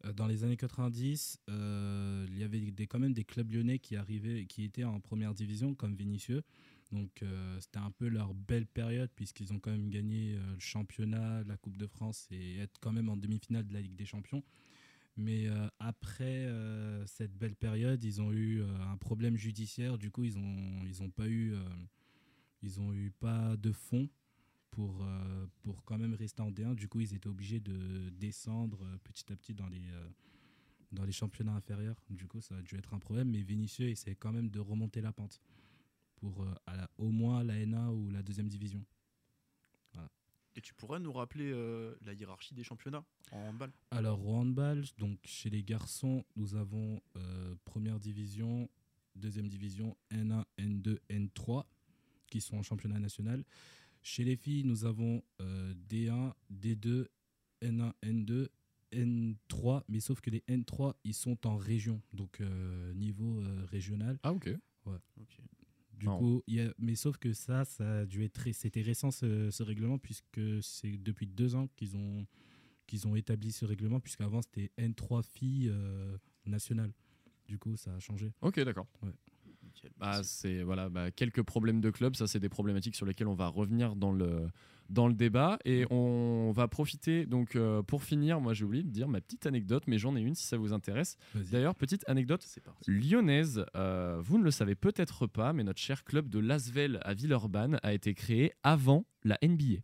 [SPEAKER 6] euh, dans les années 90, euh, il y avait des, quand même des clubs lyonnais qui arrivaient, qui étaient en première division, comme Vénitieux. Donc euh, c'était un peu leur belle période, puisqu'ils ont quand même gagné euh, le championnat, la Coupe de France et être quand même en demi-finale de la Ligue des Champions. Mais euh, après euh, cette belle période, ils ont eu euh, un problème judiciaire. Du coup, ils ont ils ont pas eu, euh, ils ont eu pas de fonds pour, euh, pour quand même rester en D1. Du coup, ils étaient obligés de descendre euh, petit à petit dans les, euh, dans les championnats inférieurs. Du coup, ça a dû être un problème. Mais Vénitieux essaie quand même de remonter la pente pour euh, à la- au moins la N1 ou la deuxième division.
[SPEAKER 5] Et tu pourrais nous rappeler euh, la hiérarchie des championnats en handball
[SPEAKER 6] Alors, au handball, donc chez les garçons, nous avons euh, première division, deuxième division, N1, N2, N3, qui sont en championnat national. Chez les filles, nous avons euh, D1, D2, N1, N2, N3, mais sauf que les N3, ils sont en région, donc euh, niveau euh, régional.
[SPEAKER 4] Ah ok.
[SPEAKER 5] Ok.
[SPEAKER 6] Du
[SPEAKER 4] Non.
[SPEAKER 6] coup, il y a- mais sauf que ça, ça a dû être, ré- c'était récent ce, ce règlement puisque c'est depuis deux ans qu'ils ont qu'ils ont établi ce règlement puisqu'avant c'était N3 filles euh, nationales. Du coup, ça a changé.
[SPEAKER 4] Ok, d'accord.
[SPEAKER 5] Nickel.
[SPEAKER 4] Bah,
[SPEAKER 5] Merci.
[SPEAKER 4] c'est voilà, bah, quelques problèmes de club, ça c'est des problématiques sur lesquelles on va revenir dans le dans le débat et on va profiter donc euh, pour finir, moi j'ai oublié de dire ma petite anecdote, mais j'en ai une si ça vous intéresse.
[SPEAKER 6] Vas-y.
[SPEAKER 4] D'ailleurs, petite anecdote
[SPEAKER 5] c'est parti.
[SPEAKER 4] lyonnaise. Euh, vous ne le savez peut-être pas, mais notre cher club de Lasvel à Villeurbanne a été créé avant la NBA.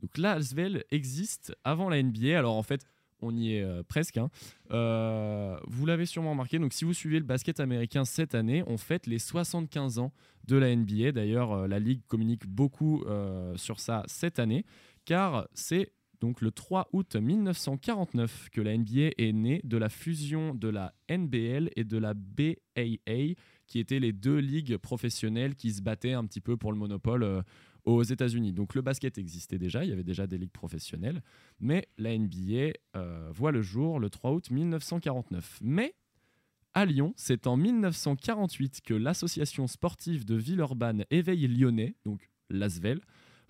[SPEAKER 4] Donc Lasvel existe avant la NBA. Alors en fait, on y est euh, presque. hein. Euh, vous l'avez sûrement remarqué, donc si vous suivez le basket américain cette année, on fête les 75 ans de la NBA. D'ailleurs, euh, la Ligue communique beaucoup euh, sur ça cette année, car c'est donc le 3 août 1949 que la NBA est née de la fusion de la NBL et de la BAA, qui étaient les deux ligues professionnelles qui se battaient un petit peu pour le monopole. euh, aux États-Unis. Donc le basket existait déjà, il y avait déjà des ligues professionnelles, mais la NBA euh, voit le jour le 3 août 1949. Mais à Lyon, c'est en 1948 que l'association sportive de Villeurbanne Éveil Lyonnais, donc l'ASVEL,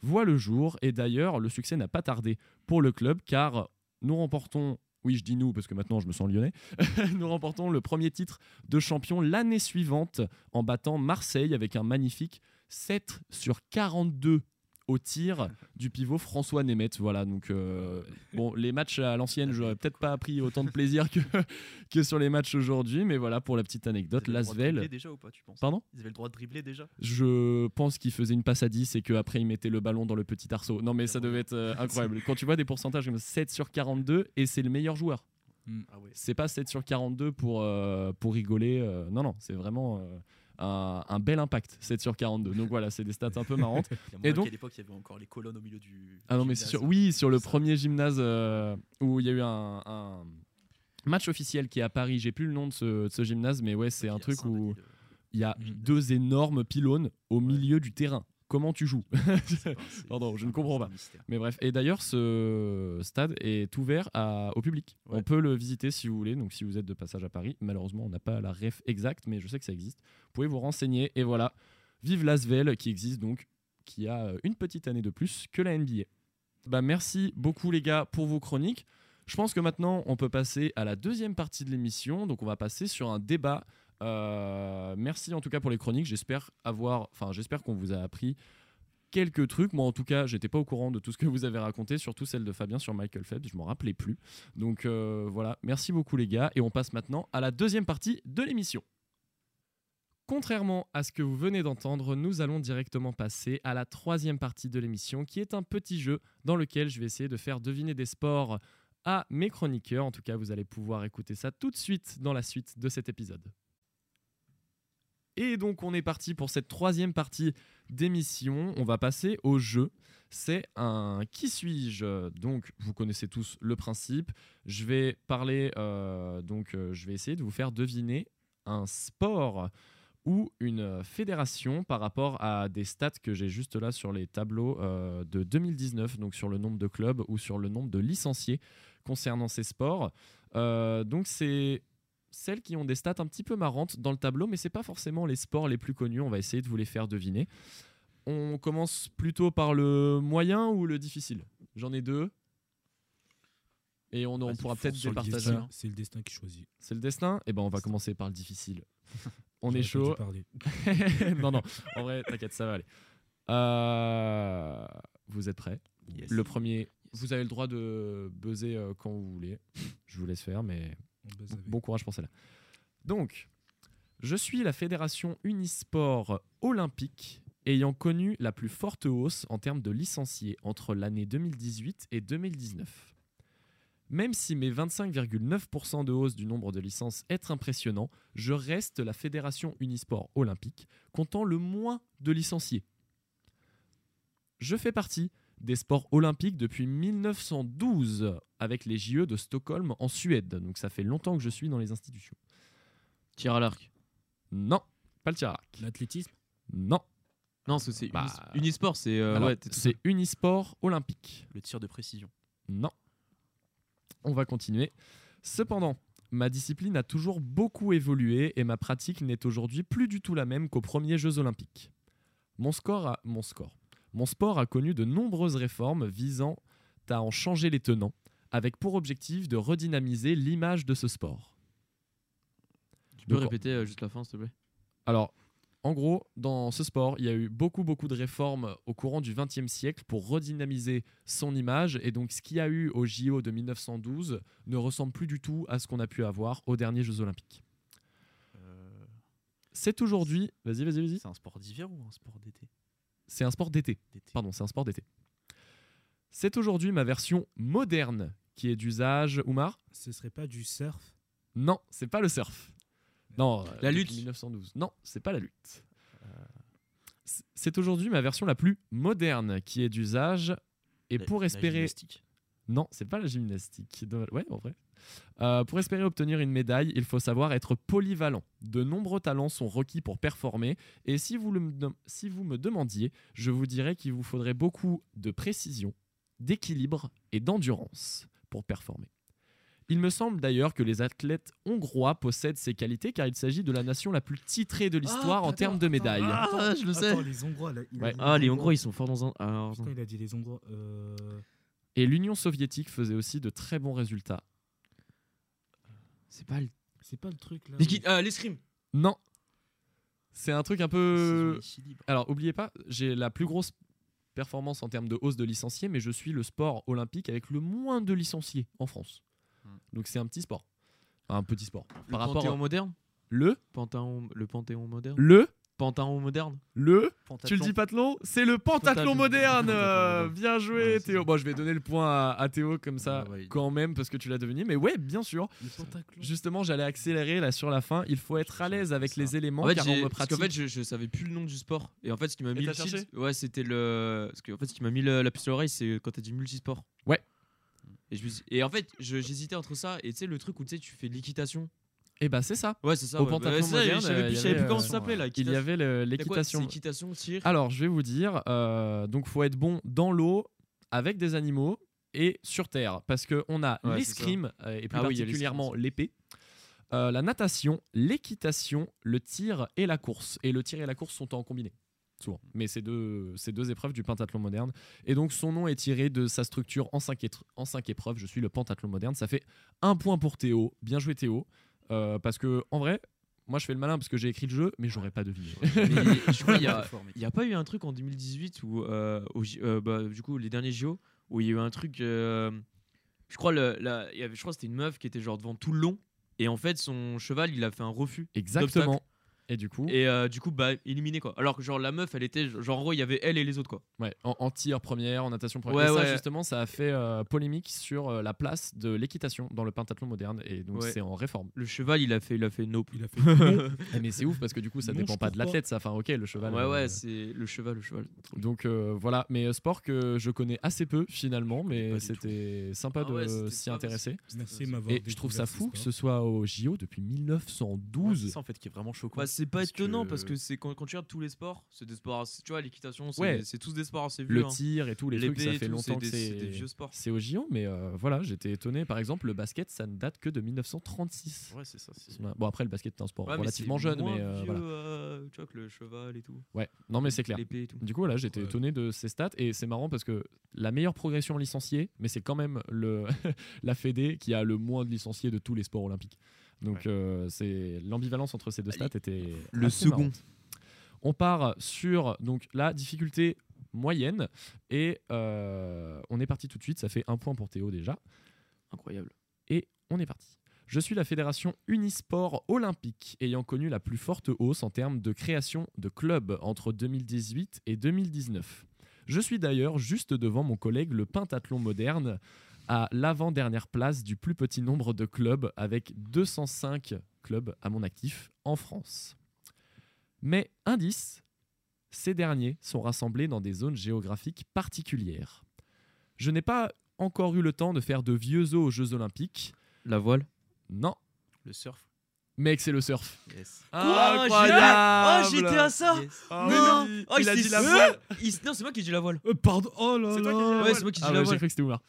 [SPEAKER 4] voit le jour et d'ailleurs le succès n'a pas tardé pour le club car nous remportons oui, je dis nous parce que maintenant je me sens lyonnais. nous remportons le premier titre de champion l'année suivante en battant Marseille avec un magnifique 7 sur 42 au tir du pivot François Nemeth. Voilà, donc euh, bon, les matchs à l'ancienne, j'aurais peut-être pas pris autant de plaisir que, que sur les matchs aujourd'hui, mais voilà pour la petite anecdote.
[SPEAKER 5] Ils avaient le droit
[SPEAKER 4] Lasvel,
[SPEAKER 5] de dribbler déjà ou pas, tu penses
[SPEAKER 4] pardon
[SPEAKER 5] Ils avaient le droit de dribbler déjà
[SPEAKER 4] Je pense qu'il faisait une passe à 10 et qu'après il mettait le ballon dans le petit arceau. Non, mais ça devait être euh, incroyable. Quand tu vois des pourcentages comme 7 sur 42 et c'est le meilleur joueur.
[SPEAKER 5] Ah ouais.
[SPEAKER 4] C'est pas 7 sur 42 pour, euh, pour rigoler. euh, non, non, c'est vraiment euh, un, un bel impact, 7 sur 42. Donc voilà, c'est des stats un peu marrantes.
[SPEAKER 5] Et
[SPEAKER 4] donc-
[SPEAKER 5] donc, à l'époque, il y avait encore les colonnes au milieu du.
[SPEAKER 4] Ah non, mais c'est
[SPEAKER 5] gymnase.
[SPEAKER 4] sûr. Oui, sur le
[SPEAKER 5] Ça,
[SPEAKER 4] premier gymnase euh, où il y a eu un, un match officiel qui est à Paris. J'ai plus le nom de ce, de ce gymnase, mais ouais, c'est
[SPEAKER 5] il y
[SPEAKER 4] un
[SPEAKER 5] a
[SPEAKER 4] truc où
[SPEAKER 5] Saint-Denis, le-
[SPEAKER 4] il y a
[SPEAKER 6] Mhm.
[SPEAKER 4] deux énormes pylônes au milieu du terrain. Comment tu joues
[SPEAKER 5] c'est pas- c'est-
[SPEAKER 4] Pardon, je
[SPEAKER 5] c'est
[SPEAKER 4] ne
[SPEAKER 5] un-
[SPEAKER 4] comprends
[SPEAKER 5] c'est un
[SPEAKER 4] pas.
[SPEAKER 5] mystère.
[SPEAKER 4] Mais bref, et d'ailleurs, ce stade est ouvert à- au public.
[SPEAKER 5] Ouais.
[SPEAKER 4] On peut le visiter si vous voulez, donc si vous êtes de passage à Paris. Malheureusement, on n'a pas la ref exacte, mais je sais que ça existe. Vous pouvez vous renseigner, et voilà. Vive l'Asvel, qui existe donc, qui a euh, une petite année de plus que la NBA. Bah, merci beaucoup, les gars, pour vos chroniques. Je pense que maintenant, on peut passer à la deuxième partie de l'émission, donc on va passer sur un débat. Euh, merci en tout cas pour les chroniques. J'espère avoir, enfin, j'espère qu'on vous a appris quelques trucs. Moi, en tout cas, j'étais pas au courant de tout ce que vous avez raconté, surtout celle de Fabien sur Michael Phelps. Je m'en rappelais plus. Donc euh, voilà, merci beaucoup les gars, et on passe maintenant à la deuxième partie de l'émission. Contrairement à ce que vous venez d'entendre, nous allons directement passer à la troisième partie de l'émission, qui est un petit jeu dans lequel je vais essayer de faire deviner des sports à mes chroniqueurs. En tout cas, vous allez pouvoir écouter ça tout de suite dans la suite de cet épisode. Et donc on est parti pour cette troisième partie d'émission. On va passer au jeu. C'est un qui suis-je Donc vous connaissez tous le principe. Je vais parler, euh, donc euh, je vais essayer de vous faire deviner un sport ou une euh, fédération par rapport à des stats que j'ai juste là sur les tableaux euh, de 2019, donc sur le nombre de clubs ou sur le nombre de licenciés concernant ces sports. Euh, donc c'est celles qui ont des stats un petit peu marrantes dans le tableau, mais c'est pas forcément les sports les plus connus. On va essayer de vous les faire deviner. On commence plutôt par le moyen ou le difficile J'en ai deux. Et on, on
[SPEAKER 6] Vas-y,
[SPEAKER 4] pourra
[SPEAKER 6] fonce
[SPEAKER 4] peut-être
[SPEAKER 6] sur le
[SPEAKER 4] départager. hein.
[SPEAKER 6] destin, C'est le destin qui choisit.
[SPEAKER 4] C'est le destin Eh ben, on va commencer par le difficile. On
[SPEAKER 6] J'aurais
[SPEAKER 4] est
[SPEAKER 6] pas dû
[SPEAKER 4] chaud.
[SPEAKER 6] parler.
[SPEAKER 4] non, non, en vrai, t'inquiète, ça va aller. Euh, Vous êtes prêts
[SPEAKER 5] Yes.
[SPEAKER 4] Le premier, vous avez le droit de buzzer euh, quand vous voulez. Je vous laisse faire, mais
[SPEAKER 6] On buzz avec.
[SPEAKER 4] bon courage pour celle-là. Donc, je suis la fédération Unisport Olympique ayant connu la plus forte hausse en termes de licenciés entre l'année 2018 et 2019. Même si mes 25,9% de hausse du nombre de licences est impressionnant, je reste la fédération Unisport Olympique comptant le moins de licenciés. Je fais partie des sports olympiques depuis 1912 avec les JE de Stockholm en Suède. Donc ça fait longtemps que je suis dans les institutions.
[SPEAKER 7] Tir à l'arc.
[SPEAKER 4] Non, pas le tir à l'arc.
[SPEAKER 6] L'athlétisme
[SPEAKER 4] Non,
[SPEAKER 7] Non, parce que c'est
[SPEAKER 4] Bah,
[SPEAKER 7] unis- Unisport, c'est. euh,
[SPEAKER 4] Alors,
[SPEAKER 7] ouais, t'es tout
[SPEAKER 4] c'est Unisport olympique.
[SPEAKER 5] Le tir de précision.
[SPEAKER 4] Non. On va continuer. Cependant, ma discipline a toujours beaucoup évolué et ma pratique n'est aujourd'hui plus du tout la même qu'aux premiers Jeux olympiques. Mon score a- mon score. Mon sport a connu de nombreuses réformes visant à en changer les tenants, avec pour objectif de redynamiser l'image de ce sport.
[SPEAKER 7] Tu peux
[SPEAKER 4] Donc,
[SPEAKER 7] répéter euh, juste la fin, s'il te plaît
[SPEAKER 4] Alors, en gros, dans ce sport, il y a eu beaucoup, beaucoup de réformes au courant du XXe siècle pour redynamiser son image. Et donc, ce qu'il y a eu au JO de 1912 ne ressemble plus du tout à ce qu'on a pu avoir aux derniers Jeux Olympiques.
[SPEAKER 5] Euh,
[SPEAKER 4] C'est aujourd'hui. Vas-y, vas-y, vas-y.
[SPEAKER 5] c'est un sport d'hiver ou un sport d'été
[SPEAKER 4] C'est un sport d'été.
[SPEAKER 5] D'été.
[SPEAKER 4] Pardon, c'est un sport d'été. C'est aujourd'hui ma version moderne qui est d'usage. Oumar
[SPEAKER 6] Ce serait pas du surf
[SPEAKER 4] Non, c'est pas le surf. Non, euh,
[SPEAKER 7] La
[SPEAKER 4] depuis
[SPEAKER 7] lutte.
[SPEAKER 4] 1912. Non, c'est pas la lutte. C- C'est aujourd'hui ma version la plus moderne qui est d'usage. Et
[SPEAKER 5] La-
[SPEAKER 4] pour
[SPEAKER 5] la
[SPEAKER 4] espérer
[SPEAKER 5] gymnastique.
[SPEAKER 4] non, c'est pas la gymnastique. Dommage. Ouais, en vrai. Euh, pour espérer obtenir une médaille, il faut savoir être polyvalent. De nombreux talents sont requis pour performer. Et si vous, le me dem- si vous me demandiez, je vous dirais qu'il vous faudrait beaucoup de précision, d'équilibre et d'endurance pour performer. Il me semble d'ailleurs que les athlètes hongrois possèdent ces qualités car il s'agit de la nation la plus titrée de l'histoire en
[SPEAKER 6] putain,
[SPEAKER 4] termes de
[SPEAKER 6] attends,
[SPEAKER 4] médailles.
[SPEAKER 7] Ah, je le sais.
[SPEAKER 6] Attends, les Hongrois, là. il a
[SPEAKER 4] Ouais.
[SPEAKER 6] dit
[SPEAKER 7] Ah, les Hongrois, ils sont forts dans un. alors,
[SPEAKER 6] Putain, il a dit les Hongrois. euh,
[SPEAKER 4] Et l'Union soviétique faisait aussi de très bons résultats.
[SPEAKER 7] c'est pas le.
[SPEAKER 6] C'est pas le truc là.
[SPEAKER 7] Les
[SPEAKER 6] où-
[SPEAKER 7] qui- euh, l'escrime.
[SPEAKER 4] Non. C'est un truc un peu...
[SPEAKER 5] Ils sont équilibres.
[SPEAKER 4] Alors, oubliez pas, j'ai la plus grosse performance en termes de hausse de licenciés, mais je suis le sport olympique avec le moins de licenciés en France.
[SPEAKER 7] Hmm.
[SPEAKER 4] Donc c'est un petit sport. Enfin, un petit sport.
[SPEAKER 7] Le
[SPEAKER 4] Par rapport
[SPEAKER 7] panthéon
[SPEAKER 4] au-
[SPEAKER 7] moderne.
[SPEAKER 5] Hmm.
[SPEAKER 4] le,
[SPEAKER 7] Panthéon, le panthéon moderne.
[SPEAKER 4] le,
[SPEAKER 7] Panthéon moderne.
[SPEAKER 4] le, tu le
[SPEAKER 5] Pentathlon.
[SPEAKER 4] dis pathlon, c'est le pentathlon
[SPEAKER 5] Pentathlon.
[SPEAKER 4] moderne.
[SPEAKER 5] Pentathlon
[SPEAKER 4] euh,
[SPEAKER 5] moderne.
[SPEAKER 4] Bien joué
[SPEAKER 5] Ouais, c'est
[SPEAKER 4] Théo.
[SPEAKER 5] ça. Ah
[SPEAKER 4] Bon, je vais donner le point à, à Théo comme ça
[SPEAKER 5] Ouais, ouais, il-
[SPEAKER 4] quand même parce que tu l'as devenu. Mais ouais, bien sûr.
[SPEAKER 6] Le Pentaclon.
[SPEAKER 4] Justement, j'allais accélérer là sur la fin. Il faut être à l'aise avec
[SPEAKER 5] ça.
[SPEAKER 4] les éléments
[SPEAKER 7] En fait,
[SPEAKER 4] car
[SPEAKER 7] j'ai-
[SPEAKER 4] on me
[SPEAKER 7] parce qu'en
[SPEAKER 4] pratique.
[SPEAKER 7] fait, je, je savais plus le nom du sport. Et en fait, ce qui m'a mis
[SPEAKER 4] t'as
[SPEAKER 7] le tilt-
[SPEAKER 4] cherché
[SPEAKER 7] ouais, c'était le. Parce que en fait, ce qui m'a mis le- la puce à l'oreille, c'est quand t'as dit multisport.
[SPEAKER 4] Ouais.
[SPEAKER 7] Et, je me suis- et en fait, je- j'hésitais entre ça et tu sais le truc où tu sais tu fais de l'équitation.
[SPEAKER 4] Et bah c'est ça.
[SPEAKER 7] Ouais, c'est ça.
[SPEAKER 4] Au
[SPEAKER 7] ouais.
[SPEAKER 4] pentathlon
[SPEAKER 7] Ouais, c'est ça,
[SPEAKER 4] moderne,
[SPEAKER 7] je
[SPEAKER 4] euh,
[SPEAKER 7] savais
[SPEAKER 4] il
[SPEAKER 7] plus,
[SPEAKER 4] y
[SPEAKER 7] je savais
[SPEAKER 4] avait,
[SPEAKER 7] plus comment
[SPEAKER 4] euh,
[SPEAKER 7] ça s'appelait là.
[SPEAKER 4] Il y avait le- l'équitation. Ah.
[SPEAKER 7] Équitation, tir.
[SPEAKER 4] Alors, je vais vous dire, euh, donc faut être bon dans l'eau, avec des animaux et sur terre, parce que on a
[SPEAKER 7] Ouais,
[SPEAKER 4] l'escrime euh, et plus
[SPEAKER 7] Ah oui, il y a
[SPEAKER 4] particulièrement l'épée, euh, la natation, l'équitation, le tir et la course. Et le tir et la course sont en combiné. Souvent. Mais ces deux, ces deux épreuves du pentathlon moderne. Et donc son nom est tiré de sa structure en cinq, étr- en cinq épreuves. Je suis le pentathlon moderne. Ça fait un point pour Théo. Bien joué Théo. Euh, parce que en vrai, moi je fais le malin parce que j'ai écrit le jeu, mais j'aurais pas deviné.
[SPEAKER 7] Mais je crois qu'il y a-
[SPEAKER 5] Très fort, mec.
[SPEAKER 7] Il n'y a pas eu un truc en 2018 où, euh, au J- euh, bah, du coup, les derniers JO, où il y a eu un truc. euh, je crois le, la- il y avait- je crois que c'était une meuf qui était genre devant tout le long. Et en fait, son cheval, il a fait un refus.
[SPEAKER 4] Exactement. Et du coup,
[SPEAKER 7] Et euh, du coup, bah, éliminé quoi. Alors que genre la meuf, elle était. Genre en gros, il y avait elle et les autres quoi.
[SPEAKER 4] Ouais, en, en tir première, en natation première.
[SPEAKER 7] Ouais,
[SPEAKER 4] et ça,
[SPEAKER 7] ouais.
[SPEAKER 4] justement, ça a fait euh, polémique sur euh, la place de l'équitation dans le pentathlon moderne. Et donc,
[SPEAKER 7] Ouais.
[SPEAKER 4] c'est en réforme.
[SPEAKER 7] Le cheval, il a fait, il a fait nope.
[SPEAKER 6] Il a fait. Non,
[SPEAKER 4] Eh, mais c'est ouf parce que du coup, ça
[SPEAKER 6] Non,
[SPEAKER 4] dépend
[SPEAKER 6] je
[SPEAKER 4] pas de
[SPEAKER 6] trouve
[SPEAKER 4] l'athlète, ça. Enfin, ok, le cheval.
[SPEAKER 7] ouais,
[SPEAKER 4] euh,
[SPEAKER 7] ouais, c'est le cheval, le cheval.
[SPEAKER 4] donc euh, voilà, mais euh, sport que je connais assez peu finalement,
[SPEAKER 5] pas
[SPEAKER 4] mais
[SPEAKER 5] du
[SPEAKER 4] c'était sympa
[SPEAKER 7] Ah ouais,
[SPEAKER 4] de
[SPEAKER 7] c'était
[SPEAKER 4] s'y
[SPEAKER 7] pas
[SPEAKER 4] intéresser.
[SPEAKER 6] Merci de m'avoir.
[SPEAKER 4] Et je trouve ça
[SPEAKER 6] découvert
[SPEAKER 4] fou
[SPEAKER 6] ce
[SPEAKER 4] que ce
[SPEAKER 6] sport.
[SPEAKER 4] soit au JO depuis
[SPEAKER 5] Ouais,
[SPEAKER 4] 1912.
[SPEAKER 5] C'est ça en fait qui est vraiment choquant.
[SPEAKER 7] Bah, c'est pas
[SPEAKER 5] Parce
[SPEAKER 7] étonnant
[SPEAKER 5] que-
[SPEAKER 7] parce que c'est quand, quand tu regardes tous les sports, c'est des sports. assez- Tu vois, l'équitation, c'est
[SPEAKER 4] Ouais.
[SPEAKER 7] c'est tous des sports assez vieux.
[SPEAKER 4] le
[SPEAKER 7] hein.
[SPEAKER 4] tir et tout, les trucs,
[SPEAKER 7] L'épée
[SPEAKER 4] ça
[SPEAKER 7] et
[SPEAKER 4] fait
[SPEAKER 7] tout,
[SPEAKER 4] longtemps que
[SPEAKER 7] des-
[SPEAKER 4] c'est.
[SPEAKER 7] des vieux sports.
[SPEAKER 4] C'est au JO, mais euh, voilà, j'étais étonné. Par exemple, le basket, ça ne date que de 1936.
[SPEAKER 5] Ouais, c'est ça. c'est-
[SPEAKER 4] Bon, après, le basket est un sport
[SPEAKER 7] Ouais, mais
[SPEAKER 4] relativement
[SPEAKER 7] c'est
[SPEAKER 4] jeune,
[SPEAKER 7] moins
[SPEAKER 4] mais euh,
[SPEAKER 7] vieux,
[SPEAKER 4] voilà.
[SPEAKER 7] euh, tu vois, que le cheval et tout.
[SPEAKER 4] Ouais, non, mais c'est clair.
[SPEAKER 7] L'épée et tout.
[SPEAKER 4] Du coup, là, j'étais
[SPEAKER 6] Ouais.
[SPEAKER 4] étonné de ces stats et c'est marrant parce que la meilleure progression en licenciés, mais c'est quand même le, la Fédé qui a le moins de licenciés de tous les sports olympiques. Donc, euh, c'est l'ambivalence entre ces deux stats était assez marrante. On part sur donc la difficulté moyenne et euh, on est parti tout de suite. Ça fait un point pour Théo déjà.
[SPEAKER 7] Incroyable.
[SPEAKER 4] Et on est parti. Je suis la fédération Unisport Olympique, ayant connu la plus forte hausse en termes de création de clubs entre 2018 et 2019. Je suis d'ailleurs juste devant mon collègue le pentathlon moderne, à l'avant-dernière place du plus petit nombre de clubs, avec 205 clubs à mon actif en France. Mais indice, ces derniers sont rassemblés dans des zones géographiques particulières. Je n'ai pas encore eu le temps de faire de vieux os aux Jeux Olympiques.
[SPEAKER 7] La voile.
[SPEAKER 4] Non,
[SPEAKER 5] Le surf.
[SPEAKER 4] mec, c'est le surf.
[SPEAKER 5] Yes.
[SPEAKER 7] Ah, Oh, j'étais à ça
[SPEAKER 4] Ah
[SPEAKER 7] Non
[SPEAKER 4] oui,
[SPEAKER 7] Oh,
[SPEAKER 4] il
[SPEAKER 7] il
[SPEAKER 4] a
[SPEAKER 7] s'est
[SPEAKER 4] dit la
[SPEAKER 7] su-
[SPEAKER 4] voile.
[SPEAKER 7] Il s- Non, c'est moi qui ai dit la voile.
[SPEAKER 6] Euh, pardon. Oh là là.
[SPEAKER 4] C'est toi qui as dit la
[SPEAKER 7] Ouais,
[SPEAKER 4] voile.
[SPEAKER 7] c'est moi qui ai
[SPEAKER 4] Ah
[SPEAKER 7] dit
[SPEAKER 4] ouais,
[SPEAKER 7] la
[SPEAKER 4] j'ai
[SPEAKER 7] voile.
[SPEAKER 4] cru que c'était Oumar.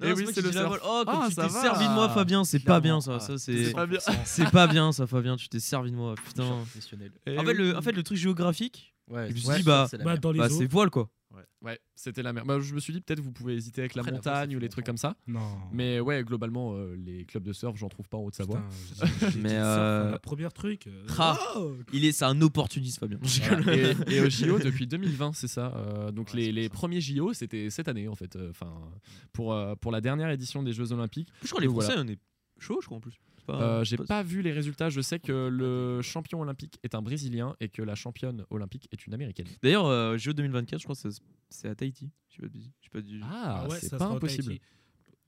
[SPEAKER 7] Non,
[SPEAKER 4] Eh
[SPEAKER 7] c'est
[SPEAKER 4] oui,
[SPEAKER 7] moi qui
[SPEAKER 4] c'est
[SPEAKER 7] ai
[SPEAKER 4] le
[SPEAKER 7] dit la
[SPEAKER 4] surf.
[SPEAKER 7] voile. Oh, comme
[SPEAKER 4] Ah,
[SPEAKER 7] tu
[SPEAKER 4] ça
[SPEAKER 7] t'es
[SPEAKER 4] va.
[SPEAKER 7] servi de moi, Fabien. C'est pas bien, ça. ça
[SPEAKER 4] C'est
[SPEAKER 7] c'est
[SPEAKER 4] pas bien.
[SPEAKER 7] c'est pas bien, ça, Fabien. Tu t'es servi de moi, putain.
[SPEAKER 5] Professionnel.
[SPEAKER 4] Eh
[SPEAKER 7] En fait, le, en fait, le truc géographique,
[SPEAKER 5] Ouais,
[SPEAKER 7] je me
[SPEAKER 5] c'est-
[SPEAKER 7] suis
[SPEAKER 5] ouais,
[SPEAKER 7] dit,
[SPEAKER 5] ça,
[SPEAKER 7] bah,
[SPEAKER 5] c'est la
[SPEAKER 6] Bah,
[SPEAKER 5] merde.
[SPEAKER 6] dans les
[SPEAKER 7] bah,
[SPEAKER 6] eaux.
[SPEAKER 7] c'est voile, quoi.
[SPEAKER 4] Oh, Ouais, c'était la mer. Bah, je me suis dit peut-être vous pouvez hésiter avec la
[SPEAKER 5] Après, la voile, ça
[SPEAKER 4] montagne
[SPEAKER 5] fait
[SPEAKER 4] ou les trucs
[SPEAKER 5] longtemps.
[SPEAKER 4] comme ça.
[SPEAKER 6] Non.
[SPEAKER 4] Mais ouais, globalement, euh, les clubs de surf, j'en trouve pas en Haute-Savoie.
[SPEAKER 6] Putain, j'ai- j'ai dit
[SPEAKER 7] Mais,
[SPEAKER 6] surf,
[SPEAKER 7] euh,
[SPEAKER 6] la première truc. euh,
[SPEAKER 4] Ah,
[SPEAKER 7] Tra.
[SPEAKER 6] oh,
[SPEAKER 7] Il est, c'est un opportuniste, Fabien.
[SPEAKER 4] Voilà. Et, et au JO depuis 2020, c'est ça. Euh, donc
[SPEAKER 5] Ouais,
[SPEAKER 4] les,
[SPEAKER 5] c'est
[SPEAKER 4] les
[SPEAKER 5] ça.
[SPEAKER 4] premiers JO, c'était cette année en fait. euh, Enfin, pour euh, pour la dernière édition des Jeux Olympiques.
[SPEAKER 7] Je crois que les
[SPEAKER 4] Donc, voilà.
[SPEAKER 7] Français, on est chaud, je crois, en plus. C'est pas-
[SPEAKER 4] Euh, J'ai
[SPEAKER 7] pas-
[SPEAKER 4] pas vu les résultats. Je sais que le champion olympique est un Brésilien et que la championne olympique est une Américaine.
[SPEAKER 7] D'ailleurs, euh, Jeux 2024, je crois que c'est- c'est à Tahiti. Je sais pas, de bêtises. Je sais pas du.
[SPEAKER 4] Ah,
[SPEAKER 6] ouais,
[SPEAKER 4] c'est
[SPEAKER 6] ça
[SPEAKER 4] pas
[SPEAKER 6] sera au
[SPEAKER 4] impossible.
[SPEAKER 6] Tahiti.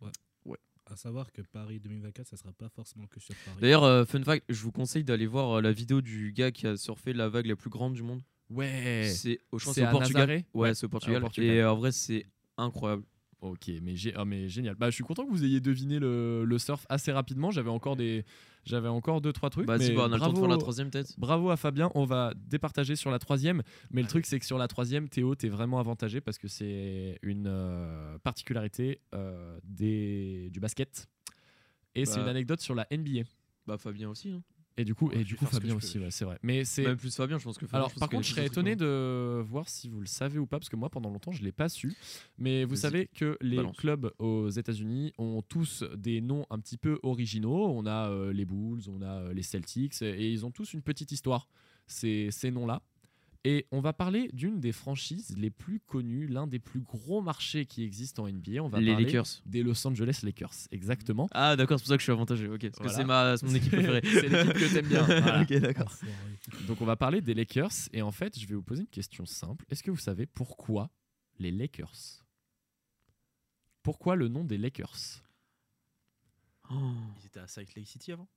[SPEAKER 6] Ouais.
[SPEAKER 7] Ouais.
[SPEAKER 6] à savoir que Paris 2024, ça sera pas forcément que sur Paris.
[SPEAKER 7] D'ailleurs, euh, fun fact, je vous conseille d'aller voir euh, la vidéo du gars qui a surfé la vague la plus grande du monde.
[SPEAKER 4] Ouais.
[SPEAKER 7] C'est au, je pense
[SPEAKER 4] Eh. c'est
[SPEAKER 7] c'est au
[SPEAKER 4] à
[SPEAKER 7] Portugal.
[SPEAKER 4] Nazaré Ah,
[SPEAKER 7] Ouais, c'est au
[SPEAKER 4] au
[SPEAKER 7] Portugal.
[SPEAKER 4] Portugal.
[SPEAKER 7] Et euh, en vrai, c'est incroyable.
[SPEAKER 4] Ok, mais, gé- ah, mais génial. Bah, je suis content que vous ayez deviné le, le surf assez rapidement. J'avais encore des, j'avais encore deux trois trucs.
[SPEAKER 7] bah,
[SPEAKER 4] mais
[SPEAKER 7] si, bah, on a le temps de
[SPEAKER 4] bravo-
[SPEAKER 7] faire la troisième tête.
[SPEAKER 4] Bravo à Fabien, on va départager sur la troisième. Mais le truc, c'est que sur la troisième, Théo, t'es vraiment avantagé parce que c'est une euh, particularité euh, des, du basket. Et c'est
[SPEAKER 7] Bah.
[SPEAKER 4] une anecdote sur la NBA.
[SPEAKER 7] Bah, Fabien aussi. hein.
[SPEAKER 4] Et du coup,
[SPEAKER 6] Ouais,
[SPEAKER 4] et
[SPEAKER 6] je
[SPEAKER 4] du
[SPEAKER 6] vais
[SPEAKER 4] coup
[SPEAKER 6] faire ce que
[SPEAKER 4] Fabien
[SPEAKER 6] je peux. Bah,
[SPEAKER 4] aussi, ouais, c'est vrai. Mais c'est.
[SPEAKER 7] Même plus Fabien, je pense que Fabien.
[SPEAKER 4] Alors,
[SPEAKER 7] je pense
[SPEAKER 4] par
[SPEAKER 7] qu'il a
[SPEAKER 4] contre, je
[SPEAKER 7] fait
[SPEAKER 4] serais
[SPEAKER 7] son truc,
[SPEAKER 4] étonné de voir si vous le savez ou pas, parce que moi, pendant longtemps, je ne l'ai pas su. Mais vous
[SPEAKER 7] Vas-y,
[SPEAKER 4] savez que les
[SPEAKER 7] balance.
[SPEAKER 4] clubs aux États-Unis ont tous des noms un petit peu originaux. On a euh, les Bulls, on a euh, les Celtics, et ils ont tous une petite histoire, ces, ces noms-là. Et on va parler d'une des franchises les plus connues, l'un des plus gros marchés qui existent en NBA. On va
[SPEAKER 7] hein. Les
[SPEAKER 4] parler
[SPEAKER 7] Lakers.
[SPEAKER 4] des Los Angeles Lakers, exactement.
[SPEAKER 7] Ah, d'accord, c'est pour ça que je suis avantagé. Ok, parce
[SPEAKER 4] Voilà.
[SPEAKER 7] que c'est ma, c'est mon équipe préférée.
[SPEAKER 4] C'est l'équipe que t'aimes bien, voilà.
[SPEAKER 7] ok, d'accord.
[SPEAKER 6] Enfoiré.
[SPEAKER 4] Donc on va parler des Lakers et en fait je vais vous poser une question simple. Est-ce que vous savez pourquoi les Lakers Pourquoi le nom des Lakers
[SPEAKER 7] Oh.
[SPEAKER 5] Ils étaient à Salt Lake City avant.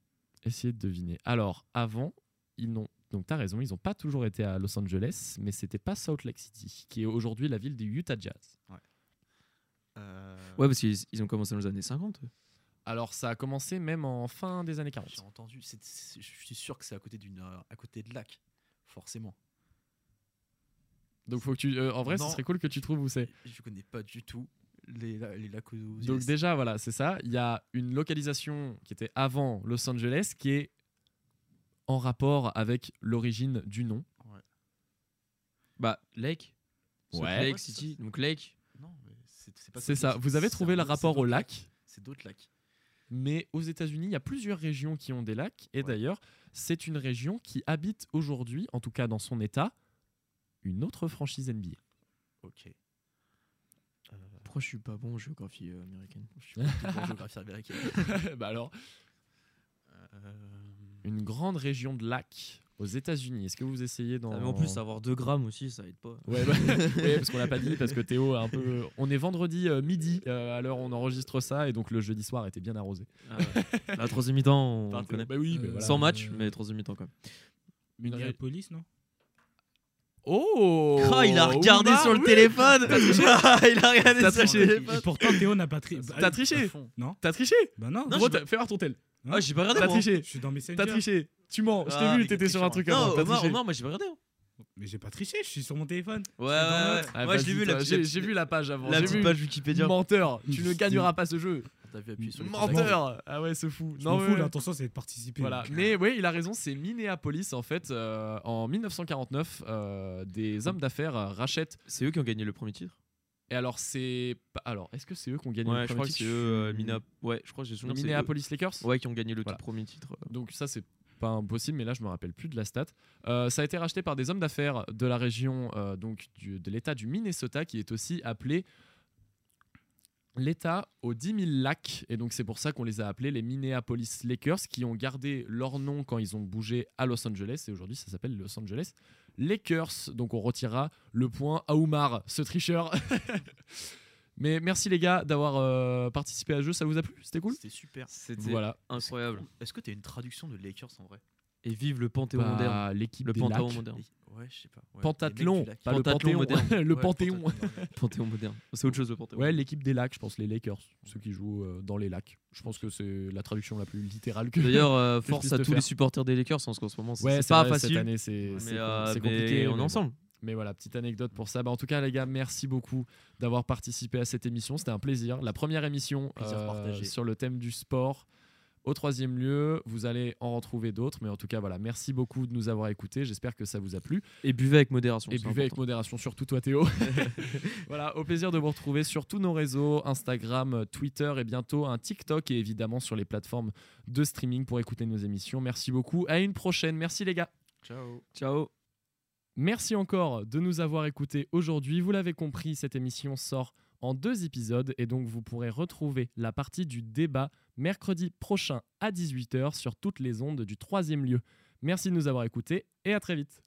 [SPEAKER 4] Essayez de deviner. Alors avant ils n'ont donc t'as raison ils n'ont pas toujours été à Los Angeles mais c'était pas Salt Lake City qui est aujourd'hui la ville du Utah Jazz.
[SPEAKER 5] Euh,
[SPEAKER 7] Ouais, parce qu'ils ils ont commencé dans les années 50. eux.
[SPEAKER 4] Alors ça a commencé même en fin des années 40.
[SPEAKER 5] J'ai entendu. c'est- c'est- je suis sûr que c'est à côté d'une, euh, à côté de lac, forcément.
[SPEAKER 4] Donc faut que tu euh, en vrai ce
[SPEAKER 5] Non.
[SPEAKER 4] serait cool que tu trouves où c'est.
[SPEAKER 5] Je connais pas du tout les, la- les lacs aux aux
[SPEAKER 4] Donc
[SPEAKER 5] US.
[SPEAKER 4] déjà, voilà, c'est ça. Il y a une localisation qui était avant Los Angeles qui est en rapport avec l'origine du nom.
[SPEAKER 7] Bah, Lake. Salt
[SPEAKER 4] Ouais.
[SPEAKER 7] Lake City. Donc, Lake.
[SPEAKER 5] Non, mais c'est c'est pas
[SPEAKER 4] C'est
[SPEAKER 5] Salt
[SPEAKER 4] ça.
[SPEAKER 5] Lake City,
[SPEAKER 4] Vous avez
[SPEAKER 5] c'est
[SPEAKER 4] trouvé
[SPEAKER 5] un
[SPEAKER 4] le
[SPEAKER 5] autre-
[SPEAKER 4] rapport
[SPEAKER 5] c'est
[SPEAKER 4] au
[SPEAKER 5] d'autres
[SPEAKER 4] lac,
[SPEAKER 5] lacs. C'est d'autres lacs.
[SPEAKER 4] mais aux États-Unis, il y a plusieurs régions qui ont des lacs. Et
[SPEAKER 5] Ouais.
[SPEAKER 4] d'ailleurs, c'est une région qui habite aujourd'hui, en tout cas dans son état, une autre franchise NBA.
[SPEAKER 5] Ok.
[SPEAKER 7] Pourquoi je suis pas bon en géographie euh, américaine
[SPEAKER 5] Je suis pas du tout bon en géographie américaine.
[SPEAKER 4] bah alors,
[SPEAKER 5] Euh,
[SPEAKER 4] une grande région de lacs aux États-Unis. Est-ce que vous essayez dans
[SPEAKER 7] Ah, mais en plus, avoir 2 grammes aussi, ça aide pas.
[SPEAKER 4] Ouais, bah, ouais, parce qu'on l'a pas dit, parce que Théo a un peu. On est vendredi euh, midi, euh, à l'heure où on enregistre ça, et donc le jeudi soir était bien arrosé.
[SPEAKER 7] Ah ouais. La troisième mi-temps, on
[SPEAKER 4] Enfin,
[SPEAKER 7] connaît.
[SPEAKER 4] Bah oui, mais
[SPEAKER 6] Euh,
[SPEAKER 4] voilà.
[SPEAKER 7] Sans match,
[SPEAKER 6] Euh,
[SPEAKER 7] mais troisième mi-temps quand même.
[SPEAKER 6] Minneapolis, non
[SPEAKER 4] Oh Oui, bah, oui.
[SPEAKER 7] téléphone Il a
[SPEAKER 4] T'as
[SPEAKER 7] regardé
[SPEAKER 4] sur le triché. téléphone.
[SPEAKER 6] Et pourtant, Théo n'a pas tri...
[SPEAKER 4] T'as triché
[SPEAKER 6] Non
[SPEAKER 4] T'as triché
[SPEAKER 6] Bah non,
[SPEAKER 4] Gros, t'as- Fais voir ton tel.
[SPEAKER 7] Ah, j'ai pas regardé
[SPEAKER 4] T'as
[SPEAKER 7] moi.
[SPEAKER 4] triché.
[SPEAKER 6] je suis dans mes
[SPEAKER 4] T'as triché. Tu mens. Je t'ai
[SPEAKER 5] Ah,
[SPEAKER 4] vu,
[SPEAKER 5] mais
[SPEAKER 4] t'étais
[SPEAKER 5] t'es
[SPEAKER 4] sur un
[SPEAKER 5] tricheur.
[SPEAKER 4] truc
[SPEAKER 7] Non,
[SPEAKER 4] avant. T'as
[SPEAKER 7] Omar,
[SPEAKER 4] triché.
[SPEAKER 7] Omar, moi j'ai pas regardé. hein.
[SPEAKER 6] Mais j'ai pas triché, je suis sur mon téléphone.
[SPEAKER 7] Ouais, ouais,
[SPEAKER 6] dans
[SPEAKER 7] ouais.
[SPEAKER 4] Ah,
[SPEAKER 7] moi je l'ai
[SPEAKER 4] vas-y,
[SPEAKER 7] vu la
[SPEAKER 4] toi,
[SPEAKER 7] petite-
[SPEAKER 4] J'ai j'ai vu la page avant.
[SPEAKER 7] la
[SPEAKER 4] j'ai
[SPEAKER 7] petite
[SPEAKER 4] vu.
[SPEAKER 7] page Wikipédia.
[SPEAKER 4] Menteur, tu ne gagneras pas ce jeu.
[SPEAKER 5] T'as vu appuyer sur les
[SPEAKER 4] Menteur. Ah ouais, ce fou.
[SPEAKER 6] Je m'en
[SPEAKER 4] mais-
[SPEAKER 6] fous, l'intention c'est de participer.
[SPEAKER 4] Voilà. Mais oui, il a raison, c'est Minneapolis en fait. euh, en 1949, euh, des hommes d'affaires euh, rachètent.
[SPEAKER 7] C'est eux qui ont gagné le premier titre
[SPEAKER 4] Et alors, c'est. pas- Alors, est-ce que c'est eux qui ont gagné
[SPEAKER 7] Ouais,
[SPEAKER 4] le
[SPEAKER 7] je
[SPEAKER 4] premier
[SPEAKER 7] crois que
[SPEAKER 4] titre
[SPEAKER 7] c'est eux. euh, Mina- Ouais, je crois que j'ai
[SPEAKER 4] Les
[SPEAKER 7] souvenir. c'est eux.
[SPEAKER 4] Minneapolis Lakers
[SPEAKER 7] Ouais, qui ont gagné le
[SPEAKER 4] Voilà.
[SPEAKER 7] tout premier titre.
[SPEAKER 4] Donc ça c'est pas impossible, mais là je me rappelle plus de la stat. Euh, ça a été racheté par des hommes d'affaires de la région euh, donc du- de l'État du Minnesota qui est aussi appelé l'État aux 10 000 lacs et donc c'est pour ça qu'on les a appelés les Minneapolis Lakers qui ont gardé leur nom quand ils ont bougé à Los Angeles et aujourd'hui ça s'appelle Los Angeles Lakers. Donc on retirera le point à Oumar, ce tricheur. mais merci les gars d'avoir euh, participé à ce jeu, ça vous a plu C'était cool
[SPEAKER 5] C'était super.
[SPEAKER 7] C'était
[SPEAKER 4] Voilà.
[SPEAKER 7] incroyable.
[SPEAKER 5] Est-ce que t'as une traduction de Lakers en vrai
[SPEAKER 7] Et vive le Panthéon
[SPEAKER 4] Bah,
[SPEAKER 7] moderne.
[SPEAKER 4] l'équipe
[SPEAKER 7] hein. Le
[SPEAKER 4] des
[SPEAKER 7] Panthéon
[SPEAKER 4] lacs.
[SPEAKER 7] moderne.
[SPEAKER 5] Ouais, je sais pas. Ouais, les
[SPEAKER 4] Pentathlon,
[SPEAKER 5] mecs du lac.
[SPEAKER 4] pas
[SPEAKER 7] Pentathlon
[SPEAKER 4] le Panthéon,
[SPEAKER 7] moderne.
[SPEAKER 4] le
[SPEAKER 5] Ouais,
[SPEAKER 4] Panthéon.
[SPEAKER 5] Pentathlon.
[SPEAKER 7] Panthéon moderne. C'est autre chose le Panthéon.
[SPEAKER 4] Ouais, l'équipe des lacs, je pense, les Lakers, ceux qui jouent euh, dans les lacs. Je pense que c'est la traduction la plus littérale que.
[SPEAKER 7] D'ailleurs, euh,
[SPEAKER 4] je puisse
[SPEAKER 7] force à
[SPEAKER 4] te
[SPEAKER 7] tous
[SPEAKER 4] faire.
[SPEAKER 7] les supporters des Lakers, hein, parce qu'en ce moment, c'est
[SPEAKER 4] ouais,
[SPEAKER 7] c'est
[SPEAKER 4] c'est
[SPEAKER 7] pas
[SPEAKER 4] vrai, Cette
[SPEAKER 7] facile.
[SPEAKER 4] année, c'est
[SPEAKER 7] Mais,
[SPEAKER 4] c'est com-
[SPEAKER 7] euh,
[SPEAKER 4] c'est
[SPEAKER 7] mais
[SPEAKER 4] compliqué.
[SPEAKER 7] on
[SPEAKER 4] mais
[SPEAKER 7] est
[SPEAKER 4] bon.
[SPEAKER 7] ensemble.
[SPEAKER 4] Mais voilà, petite anecdote pour ça. Bah, en tout cas, les gars, merci beaucoup d'avoir participé à cette émission. C'était un plaisir. La première émission euh,
[SPEAKER 5] Plaisir partagé.
[SPEAKER 4] sur le thème du sport. Au troisième lieu, vous allez en retrouver d'autres. Mais en tout cas, voilà, merci beaucoup de nous avoir écoutés. J'espère que ça vous a plu.
[SPEAKER 7] Et buvez avec modération.
[SPEAKER 4] Et
[SPEAKER 7] c'est
[SPEAKER 4] buvez avec
[SPEAKER 7] important.
[SPEAKER 4] modération, surtout toi Théo. voilà, au plaisir de vous retrouver sur tous nos réseaux, Instagram, Twitter et bientôt un TikTok et évidemment sur les plateformes de streaming pour écouter nos émissions. Merci beaucoup, à une prochaine, merci les gars.
[SPEAKER 5] Ciao.
[SPEAKER 7] Ciao.
[SPEAKER 4] Merci encore de nous avoir écoutés aujourd'hui. Vous l'avez compris, cette émission sort en deux épisodes et donc vous pourrez retrouver la partie du débat mercredi prochain à 18h sur toutes les ondes du troisième lieu. Merci de nous avoir écoutés et à très vite.